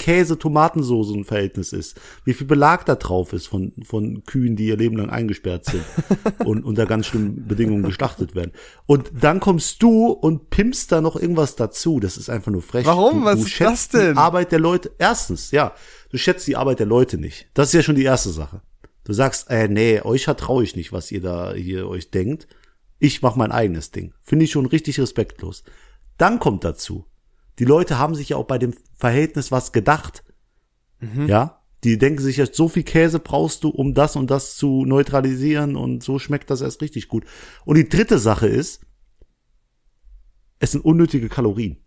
Speaker 2: Käse-Tomatensoßen-Verhältnis ist. Wie viel Belag da drauf ist von, von Kühen, die ihr Leben lang
Speaker 1: [LAUGHS]
Speaker 2: eingesperrt sind und unter ganz schlimmen Bedingungen geschlachtet werden. Und dann kommst du und pimpst da noch irgendwas dazu. Das ist einfach nur frech.
Speaker 1: Warum?
Speaker 2: Du,
Speaker 1: Was
Speaker 2: du
Speaker 1: ist
Speaker 2: schätzt
Speaker 1: das denn?
Speaker 2: Die Arbeit der Leute. Erstens, ja. Du schätzt die Arbeit der Leute nicht. Das ist ja schon die erste Sache. Du sagst, äh, nee, euch vertraue ich nicht, was ihr da hier euch denkt. Ich mache mein eigenes Ding. Finde ich schon richtig respektlos. Dann kommt dazu, die Leute haben sich ja auch bei dem Verhältnis was gedacht.
Speaker 1: Mhm.
Speaker 2: Ja? Die denken sich jetzt, so viel Käse brauchst du, um das und das zu neutralisieren und so schmeckt das erst richtig gut. Und die dritte Sache ist, es sind unnötige Kalorien.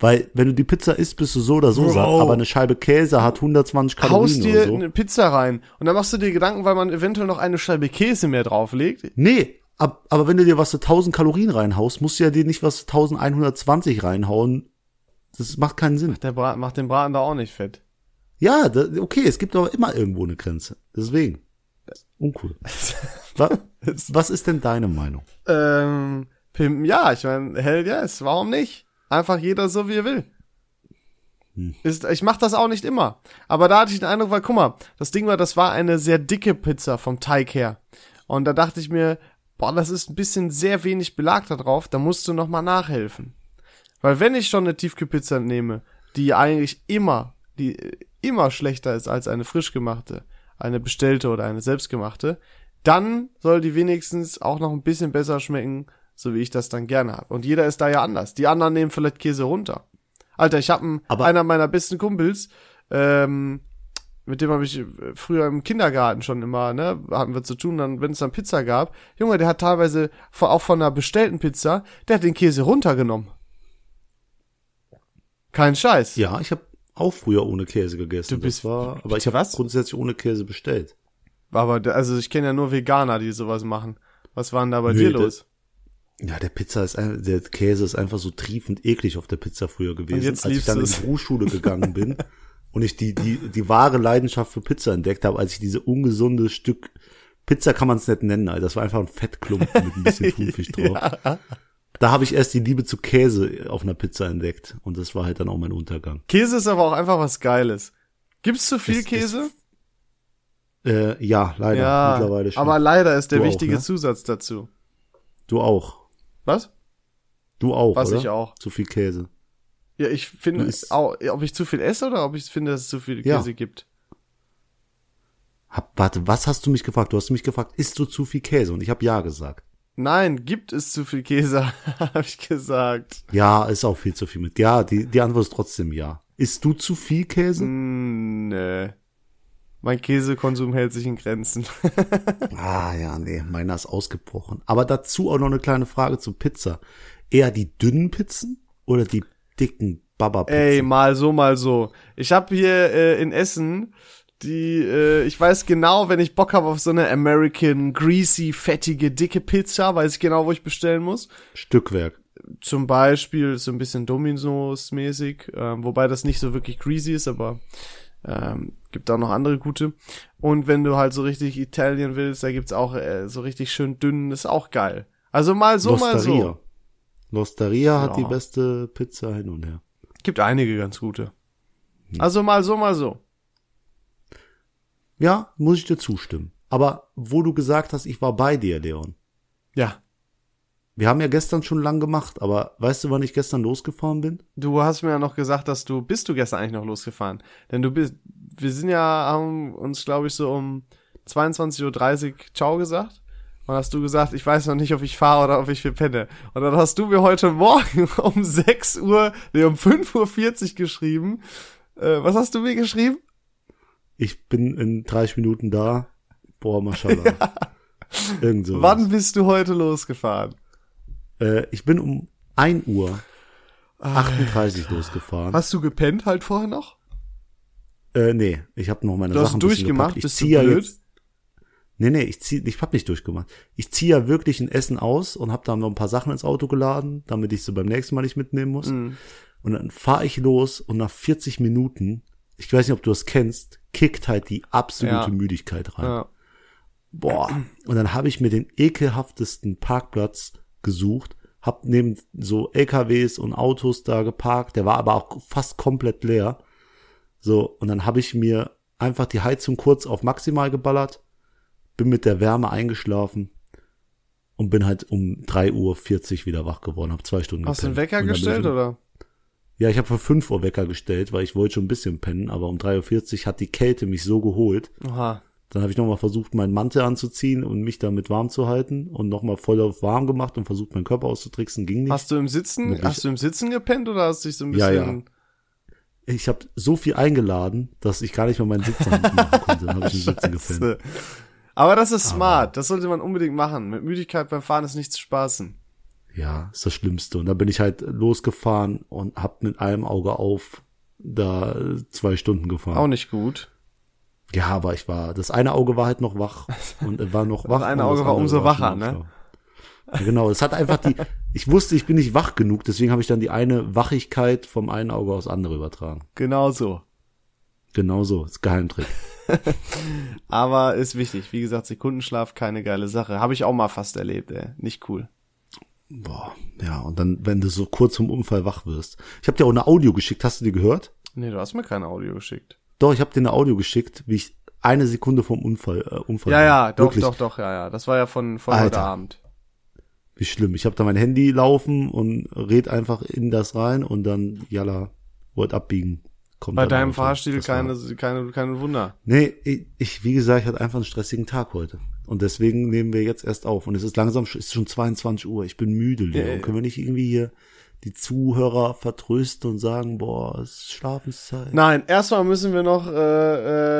Speaker 2: Weil, wenn du die Pizza isst, bist du so oder so
Speaker 1: Bro.
Speaker 2: satt, aber eine Scheibe Käse hat 120 Kalorien
Speaker 1: Haust dir
Speaker 2: oder so.
Speaker 1: eine Pizza rein und dann machst du dir Gedanken, weil man eventuell noch eine Scheibe Käse mehr drauflegt.
Speaker 2: Nee, ab, aber wenn du dir was zu 1000 Kalorien reinhaust, musst du ja dir nicht was zu 1120 reinhauen. Das macht keinen Sinn.
Speaker 1: Der Braten macht den Braten da auch nicht fett.
Speaker 2: Ja, da, okay, es gibt aber immer irgendwo eine Grenze. Deswegen. Uncool. Wa, [LAUGHS] was ist denn deine Meinung?
Speaker 1: Ähm, pimpen, ja, ich meine, hell yes, warum nicht? Einfach jeder so, wie er will. Ist, ich mache das auch nicht immer. Aber da hatte ich den Eindruck, weil, guck mal, das Ding war, das war eine sehr dicke Pizza vom Teig her. Und da dachte ich mir, boah, das ist ein bisschen sehr wenig Belag da drauf, da musst du nochmal nachhelfen. Weil wenn ich schon eine Tiefkühlpizza nehme, die eigentlich immer, die äh, immer schlechter ist als eine frisch gemachte, eine bestellte oder eine selbstgemachte, dann soll die wenigstens auch noch ein bisschen besser schmecken, so wie ich das dann gerne habe. Und jeder ist da ja anders. Die anderen nehmen vielleicht Käse runter. Alter, ich habe
Speaker 2: Aber-
Speaker 1: einer meiner besten Kumpels, ähm, mit dem habe ich äh, früher im Kindergarten schon immer, ne, hatten wir zu tun, dann, wenn es dann Pizza gab. Junge, der hat teilweise von- auch von einer bestellten Pizza, der hat den Käse runtergenommen. Kein Scheiß.
Speaker 2: Ja, ich habe auch früher ohne Käse gegessen.
Speaker 1: Du bist-
Speaker 2: das war, aber ich habe
Speaker 1: was?
Speaker 2: grundsätzlich ohne Käse bestellt.
Speaker 1: Aber da- also ich kenne ja nur Veganer, die sowas machen. Was war denn da bei
Speaker 2: Nö,
Speaker 1: dir
Speaker 2: das-
Speaker 1: los?
Speaker 2: Ja, der Pizza ist ein, der Käse ist einfach so triefend eklig auf der Pizza früher gewesen.
Speaker 1: Und jetzt
Speaker 2: als ich
Speaker 1: liebst
Speaker 2: dann in
Speaker 1: du's.
Speaker 2: die Berufsschule gegangen
Speaker 1: [LAUGHS]
Speaker 2: bin und ich die, die, die wahre Leidenschaft für Pizza entdeckt habe, als ich diese ungesunde Stück Pizza kann man es nicht nennen, Alter. Das war einfach ein Fettklumpen mit ein
Speaker 1: [LAUGHS]
Speaker 2: bisschen Thunfisch drauf. Da habe ich erst die Liebe zu Käse auf einer Pizza entdeckt. Und das war halt dann auch mein Untergang.
Speaker 1: Käse ist aber auch einfach was Geiles. Gibt's zu viel
Speaker 2: Es- es-
Speaker 1: Käse?
Speaker 2: Äh, ja, leider.
Speaker 1: ja,
Speaker 2: mittlerweile schon.
Speaker 1: aber leider ist der
Speaker 2: Du auch,
Speaker 1: wichtige
Speaker 2: ne?
Speaker 1: Zusatz dazu.
Speaker 2: du auch.
Speaker 1: Was?
Speaker 2: Du auch,
Speaker 1: Was
Speaker 2: oder?
Speaker 1: ich auch.
Speaker 2: Zu viel Käse.
Speaker 1: Ja, ich finde,
Speaker 2: Ist-
Speaker 1: au- ob ich zu viel esse oder ob ich finde, dass es zu viel
Speaker 2: Ja.
Speaker 1: Käse gibt.
Speaker 2: Hab, warte, was hast du mich gefragt? Du hast mich gefragt, isst du zu viel Käse? Und ich habe ja gesagt.
Speaker 1: Nein, gibt es zu viel Käse, [LAUGHS] habe ich gesagt.
Speaker 2: Ja, ist auch viel zu viel mit. Ja, die, die Antwort ist trotzdem ja. Isst du zu viel Käse?
Speaker 1: Mm. Nö. Mein Käsekonsum hält sich in Grenzen. [LAUGHS]
Speaker 2: Ah ja, nee, meiner ist ausgebrochen. Aber dazu auch noch eine kleine Frage zu Pizza. Eher die dünnen Pizzen oder die dicken
Speaker 1: Ey,
Speaker 2: Baba-Pizzen?
Speaker 1: mal so, mal so. Ich habe hier äh, in Essen die, äh, ich weiß genau, wenn ich Bock habe auf so eine American, greasy, fettige, dicke Pizza, weiß ich genau, wo ich bestellen muss.
Speaker 2: Stückwerk.
Speaker 1: Zum Beispiel so ein bisschen Dominos-mäßig, ähm, wobei das nicht so wirklich greasy ist, aber ähm, Gibt auch noch andere gute. Und wenn du halt so richtig Italien willst, da gibt's auch äh, so richtig schön dünn, ist auch geil. Also mal so, mal so.
Speaker 2: L'Osteria
Speaker 1: Ja.
Speaker 2: hat die beste Pizza hin und her.
Speaker 1: Gibt einige ganz gute. Also mal so, mal so.
Speaker 2: Ja, muss ich dir zustimmen. Aber wo du gesagt hast, ich war bei dir, Leon.
Speaker 1: Ja.
Speaker 2: Wir haben ja gestern schon lang gemacht, aber weißt du, wann ich gestern losgefahren bin?
Speaker 1: Du hast mir ja noch gesagt, dass du, bist du gestern eigentlich noch losgefahren? Denn du bist, wir sind ja, haben uns, glaube ich, so um 22.30 Uhr Ciao gesagt. Und hast du gesagt, ich weiß noch nicht, ob ich fahre oder ob ich hier penne. Und dann hast du mir heute Morgen [LAUGHS] um 6 Uhr, nee, um 5.40 Uhr geschrieben. Äh, was hast du mir geschrieben?
Speaker 2: Ich bin in 30 Minuten da.
Speaker 1: [LAUGHS]
Speaker 2: Boah, mashallah. Irgend so.
Speaker 1: Wann bist du heute losgefahren?
Speaker 2: Äh, ich bin um 1 Uhr
Speaker 1: Ah,
Speaker 2: 38 losgefahren.
Speaker 1: Hast du gepennt halt vorher noch?
Speaker 2: Äh, nee, ich habe noch meine
Speaker 1: Du hast
Speaker 2: Sachen ein bisschen
Speaker 1: durchgemacht,
Speaker 2: gepackt. Ich
Speaker 1: bist du
Speaker 2: zieh ja
Speaker 1: blöd?
Speaker 2: jetzt Nee, nee, ich zieh, ich hab nicht durchgemacht. Ich zieh ja wirklich ein Essen aus und hab da noch ein paar Sachen ins Auto geladen, damit ich sie beim nächsten Mal nicht mitnehmen muss.
Speaker 1: Mhm.
Speaker 2: Und dann fahre ich los und nach 40 Minuten, ich weiß nicht, ob du das kennst, kickt halt die absolute
Speaker 1: Ja.
Speaker 2: Müdigkeit rein.
Speaker 1: Ja.
Speaker 2: Boah. Und dann habe ich mir den ekelhaftesten Parkplatz gesucht, hab neben so LKWs und Autos da geparkt, der war aber auch fast komplett leer. So, und dann habe ich mir einfach die Heizung kurz auf maximal geballert, bin mit der Wärme eingeschlafen und bin halt um 3.40 Uhr wieder wach geworden, habe zwei Stunden
Speaker 1: Hast du einen
Speaker 2: gepennt.
Speaker 1: Wecker
Speaker 2: Und dann bin ich
Speaker 1: gestellt
Speaker 2: um-
Speaker 1: oder?
Speaker 2: ja, ich habe für 5 Uhr Wecker gestellt, weil ich wollte schon ein bisschen pennen, aber um 3.40 Uhr hat die Kälte mich so geholt,
Speaker 1: Oha.
Speaker 2: dann habe ich nochmal versucht, meinen Mantel anzuziehen und mich damit warm zu halten und nochmal voll auf warm gemacht und versucht, meinen Körper auszutricksen. Ging nicht.
Speaker 1: Hast du im Sitzen,
Speaker 2: Ich-
Speaker 1: hast du im Sitzen gepennt oder hast du dich so ein
Speaker 2: Ja,
Speaker 1: bisschen
Speaker 2: ja. Ich habe so viel eingeladen, dass ich gar nicht mehr meinen Sitz machen konnte. Dann
Speaker 1: [LAUGHS]
Speaker 2: habe ich den Sitzen gepennt.
Speaker 1: Scheiße. Aber das ist smart. Das sollte man unbedingt machen. Mit Müdigkeit beim Fahren ist nicht zu spaßen.
Speaker 2: Ja, ist das Schlimmste. Und dann bin ich halt losgefahren und hab mit einem Auge auf da äh, zwei Stunden gefahren.
Speaker 1: Auch nicht gut.
Speaker 2: Ja, aber ich war, das eine Auge war halt noch wach
Speaker 1: [LAUGHS]
Speaker 2: und äh, war noch wach.
Speaker 1: eine
Speaker 2: und
Speaker 1: Auge
Speaker 2: das
Speaker 1: war
Speaker 2: andere
Speaker 1: umso
Speaker 2: schon
Speaker 1: wacher, ne?
Speaker 2: aufschlafen. Ja, genau, es hat einfach die, ich wusste, ich bin nicht wach genug, deswegen habe ich dann die eine Wachigkeit vom einen Auge aufs andere übertragen.
Speaker 1: Genau so.
Speaker 2: Genau so, ist Geheimtrick.
Speaker 1: Aber ist wichtig. Wie gesagt, Sekundenschlaf, keine geile Sache. Habe ich auch mal fast erlebt, ey. Nicht cool.
Speaker 2: Boah, ja, und dann, wenn du so kurz vom Unfall wach wirst. Ich habe dir auch eine Audio geschickt, hast du die gehört?
Speaker 1: Nee, du hast mir kein Audio geschickt.
Speaker 2: Doch, ich habe dir eine Audio geschickt, wie ich eine Sekunde vom Unfall, äh, Unfall
Speaker 1: Ja,
Speaker 2: war.
Speaker 1: ja, doch,
Speaker 2: Wirklich.
Speaker 1: doch, doch, ja, ja. Das war ja von, von
Speaker 2: Alter.
Speaker 1: heute Abend.
Speaker 2: Wie schlimm. Ich habe da mein Handy laufen und red einfach in das rein und dann, jalla, wollt abbiegen. Kommt
Speaker 1: Bei
Speaker 2: dann
Speaker 1: deinem
Speaker 2: Auto.
Speaker 1: Fahrstil
Speaker 2: Das war-
Speaker 1: keine, keine, keine Wunder.
Speaker 2: Nee, ich, ich, wie gesagt, ich hatte einfach einen stressigen Tag heute. Und deswegen nehmen wir jetzt erst auf. Und es ist langsam, sch- ist schon 22 Uhr. Ich bin müde, Leon.
Speaker 1: Ja, ja.
Speaker 2: Können wir nicht irgendwie hier die Zuhörer vertrösten und sagen, boah, es ist Schlafenszeit?
Speaker 1: Nein, erstmal müssen wir noch äh,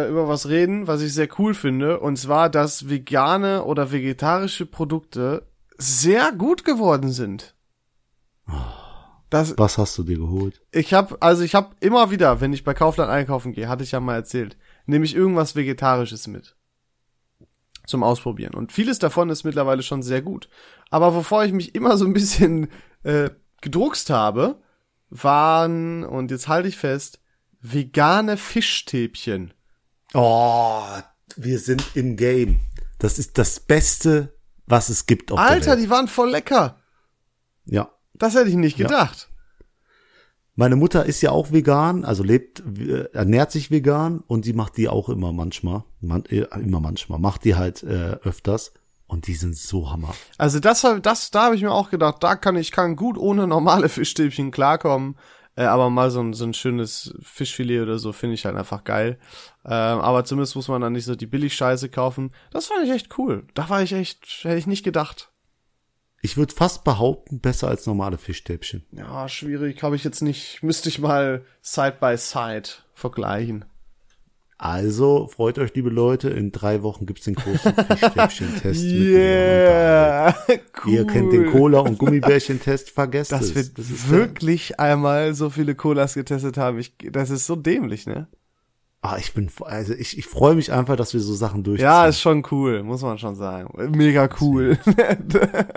Speaker 1: äh, über was reden, was ich sehr cool finde. Und zwar, dass vegane oder vegetarische Produkte sehr gut geworden sind. Das,
Speaker 2: Was hast du dir geholt?
Speaker 1: ich habe also ich habe immer wieder, wenn ich bei Kaufland einkaufen gehe, hatte ich ja mal erzählt, nehme ich irgendwas vegetarisches mit zum Ausprobieren und vieles davon ist mittlerweile schon sehr gut. Aber wovor ich mich immer so ein bisschen äh, gedruckst habe, waren und jetzt halte ich fest vegane Fischstäbchen.
Speaker 2: Oh, wir sind im Game. Das ist das Beste, was es gibt auf
Speaker 1: Alter,
Speaker 2: der Welt.
Speaker 1: die waren voll lecker.
Speaker 2: Ja.
Speaker 1: Das hätte ich nicht gedacht.
Speaker 2: Meine Mutter ist ja auch vegan, also lebt, äh, ernährt sich vegan und die macht die auch immer manchmal, man, äh, immer manchmal, macht die halt äh, öfters und die sind so hammer.
Speaker 1: Also das hab- das da habe ich mir auch gedacht, da kann ich kann gut ohne normale [LAUGHS] Fischstäbchen klarkommen. Äh, aber mal so ein, so ein schönes Fischfilet oder so finde ich halt einfach geil. Ähm, aber zumindest muss man dann nicht so die Billigscheiße kaufen. Das fand ich echt cool. Da war ich echt, hätte ich nicht gedacht.
Speaker 2: Ich würde fast behaupten, besser als normale Fischstäbchen.
Speaker 1: Ja, schwierig, habe ich jetzt nicht. Müsste ich mal side by side vergleichen.
Speaker 2: Also freut euch, liebe Leute, in drei Wochen gibt's
Speaker 1: [LAUGHS]
Speaker 2: den großen Fischstäbchen-Test. mit mir
Speaker 1: Yeah, [LAUGHS]
Speaker 2: und- Ihr kennt den Cola- und Gummibärchen-Test, vergesst
Speaker 1: Dass
Speaker 2: es.
Speaker 1: wir
Speaker 2: Das ist der-
Speaker 1: wirklich einmal so viele Colas getestet haben, ich, das ist so dämlich, ne?
Speaker 2: Ah, ich bin, also ich, ich freue mich einfach, dass wir so Sachen durchziehen.
Speaker 1: Ja, ist schon cool, muss man schon sagen. Mega cool.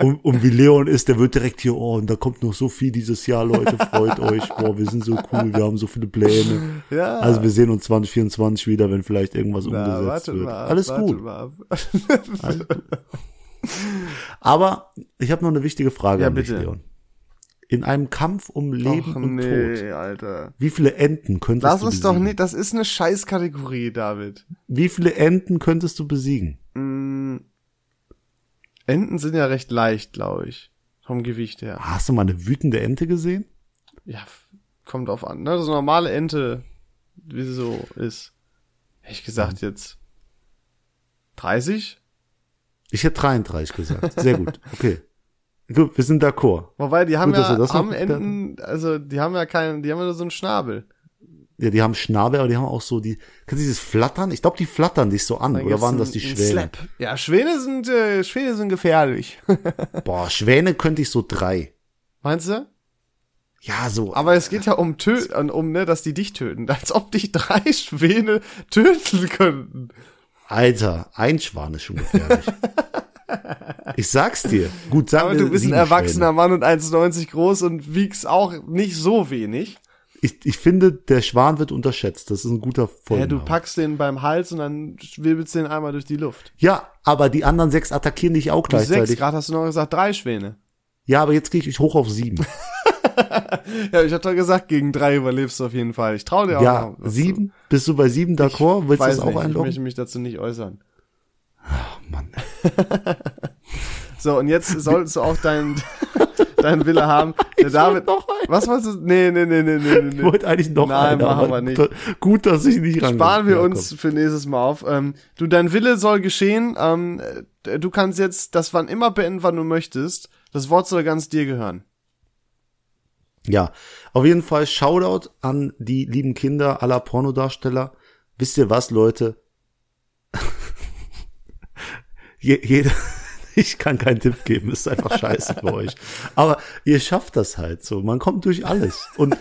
Speaker 2: und, und Um, wie Leon ist, der wird direkt hier, oh, und da kommt noch so viel dieses Jahr, Leute,
Speaker 1: [LAUGHS]
Speaker 2: freut euch, boah, wir sind so cool, wir haben so viele Pläne.
Speaker 1: Ja.
Speaker 2: Also wir sehen uns 2024 wieder, wenn vielleicht irgendwas
Speaker 1: Na,
Speaker 2: umgesetzt
Speaker 1: warte
Speaker 2: wird.
Speaker 1: mal. ab,
Speaker 2: Alles
Speaker 1: warte
Speaker 2: gut.
Speaker 1: Mal. ab.
Speaker 2: Alles gut. Aber ich habe noch eine wichtige Frage
Speaker 1: Ja,
Speaker 2: an dich,
Speaker 1: bitte.
Speaker 2: Leon. In einem Kampf um Leben
Speaker 1: Och,
Speaker 2: und Tod,
Speaker 1: nee, Alter.
Speaker 2: wie viele Enten könntest
Speaker 1: Lass
Speaker 2: du
Speaker 1: uns
Speaker 2: besiegen?
Speaker 1: doch nicht, das ist eine Scheißkategorie, David.
Speaker 2: Wie viele Enten könntest du besiegen?
Speaker 1: Enten sind ja recht leicht, glaube ich. Vom Gewicht her.
Speaker 2: Hast du mal eine wütende Ente gesehen?
Speaker 1: Ja, f- kommt drauf an. Ne? Das ist eine normale Ente, wie sie so ist. Hätte ich gesagt
Speaker 2: Mhm.
Speaker 1: jetzt 30?
Speaker 2: Ich hätte 33 gesagt. Sehr gut. Okay. Gut, wir sind d'accord.
Speaker 1: Wobei, die haben
Speaker 2: Gut, dass
Speaker 1: ja
Speaker 2: wir das noch
Speaker 1: am Enden, also die haben ja keinen, die haben ja nur so einen Schnabel.
Speaker 2: Ja, die haben Schnabel, aber die haben auch so die. Kannst du dieses Flattern? Ich glaube, die flattern dich so an.
Speaker 1: Dann
Speaker 2: Oder
Speaker 1: gibt's
Speaker 2: waren
Speaker 1: einen-
Speaker 2: das die
Speaker 1: einen
Speaker 2: Schwäne?
Speaker 1: Slap. Ja, Schwäne sind, äh, Schwäne sind gefährlich. [LAUGHS]
Speaker 2: Boah, Schwäne könnte ich so drei.
Speaker 1: Meinst du?
Speaker 2: Ja, so.
Speaker 1: Aber es geht ja um töten, um, ne, dass die dich töten. [LAUGHS] Als ob dich drei Schwäne töten könnten.
Speaker 2: Alter, ein Schwan ist
Speaker 1: [LAUGHS]
Speaker 2: schon gefährlich. ich sag's dir. Gut, sagen
Speaker 1: Aber
Speaker 2: wir
Speaker 1: du bist ein
Speaker 2: Äh, sieben
Speaker 1: erwachsener Mann und 1,90 groß und wiegst auch nicht so wenig.
Speaker 2: Schwäne. Ich, ich finde, der Schwan wird unterschätzt. Das ist ein guter
Speaker 1: Ja,
Speaker 2: Folge.
Speaker 1: du packst den beim Hals und dann wirbelst den einmal durch die Luft.
Speaker 2: ja, aber die anderen sechs attackieren dich auch
Speaker 1: Sechs,
Speaker 2: gleichzeitig.
Speaker 1: gerade hast du noch gesagt, drei Schwäne.
Speaker 2: Ja, aber jetzt gehe ich hoch auf
Speaker 1: [LAUGHS]
Speaker 2: sieben.
Speaker 1: Ja, ich hab doch gesagt, gegen drei überlebst du auf jeden Fall. Ich trau dir auch.
Speaker 2: ja,
Speaker 1: noch.
Speaker 2: sieben. Bist du bei sieben d'accord? Willst du
Speaker 1: Weiß
Speaker 2: das auch
Speaker 1: nicht, ich
Speaker 2: einloggen? Oh
Speaker 1: möchte mich dazu nicht äußern.
Speaker 2: Mann. [LAUGHS]
Speaker 1: So, und jetzt sollst du auch deinen [LAUGHS] deinen Wille
Speaker 2: [LAUGHS]
Speaker 1: haben. Der David,
Speaker 2: noch einen.
Speaker 1: was wolltest du? Nee, nee, nee, nee, nee, nee.
Speaker 2: Ich wollte eigentlich noch
Speaker 1: Nein,
Speaker 2: einen,
Speaker 1: machen
Speaker 2: aber
Speaker 1: wir nicht.
Speaker 2: gut- Gut, dass ich nicht ran.
Speaker 1: Sparen wir uns für nächstes Mal auf. Ähm, du, dein Wille soll geschehen. Ähm, äh, du kannst jetzt das wann immer beenden, wann du möchtest. Das Wort soll ganz dir gehören. [LAUGHS]
Speaker 2: Ja, auf jeden Fall Shoutout an die lieben Kinder aller Pornodarsteller. Wisst ihr was, Leute? [LAUGHS] Je, jeder, [LAUGHS] ich kann keinen Tipp geben, ist einfach scheiße für euch. Aber ihr schafft das halt so. Man kommt durch alles. Und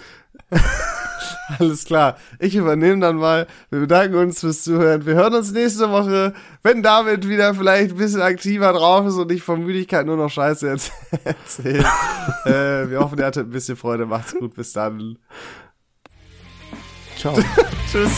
Speaker 1: Alles klar. Ich übernehme dann mal. Wir bedanken uns fürs Zuhören. Wir hören uns nächste Woche, wenn David wieder vielleicht ein bisschen aktiver drauf ist und nicht von Müdigkeit nur noch Scheiße [LAUGHS] erz- erzählt. äh, wir hoffen, er hatte ein bisschen Freude. Macht's gut. Bis dann.
Speaker 2: ciao.
Speaker 1: Tschüss.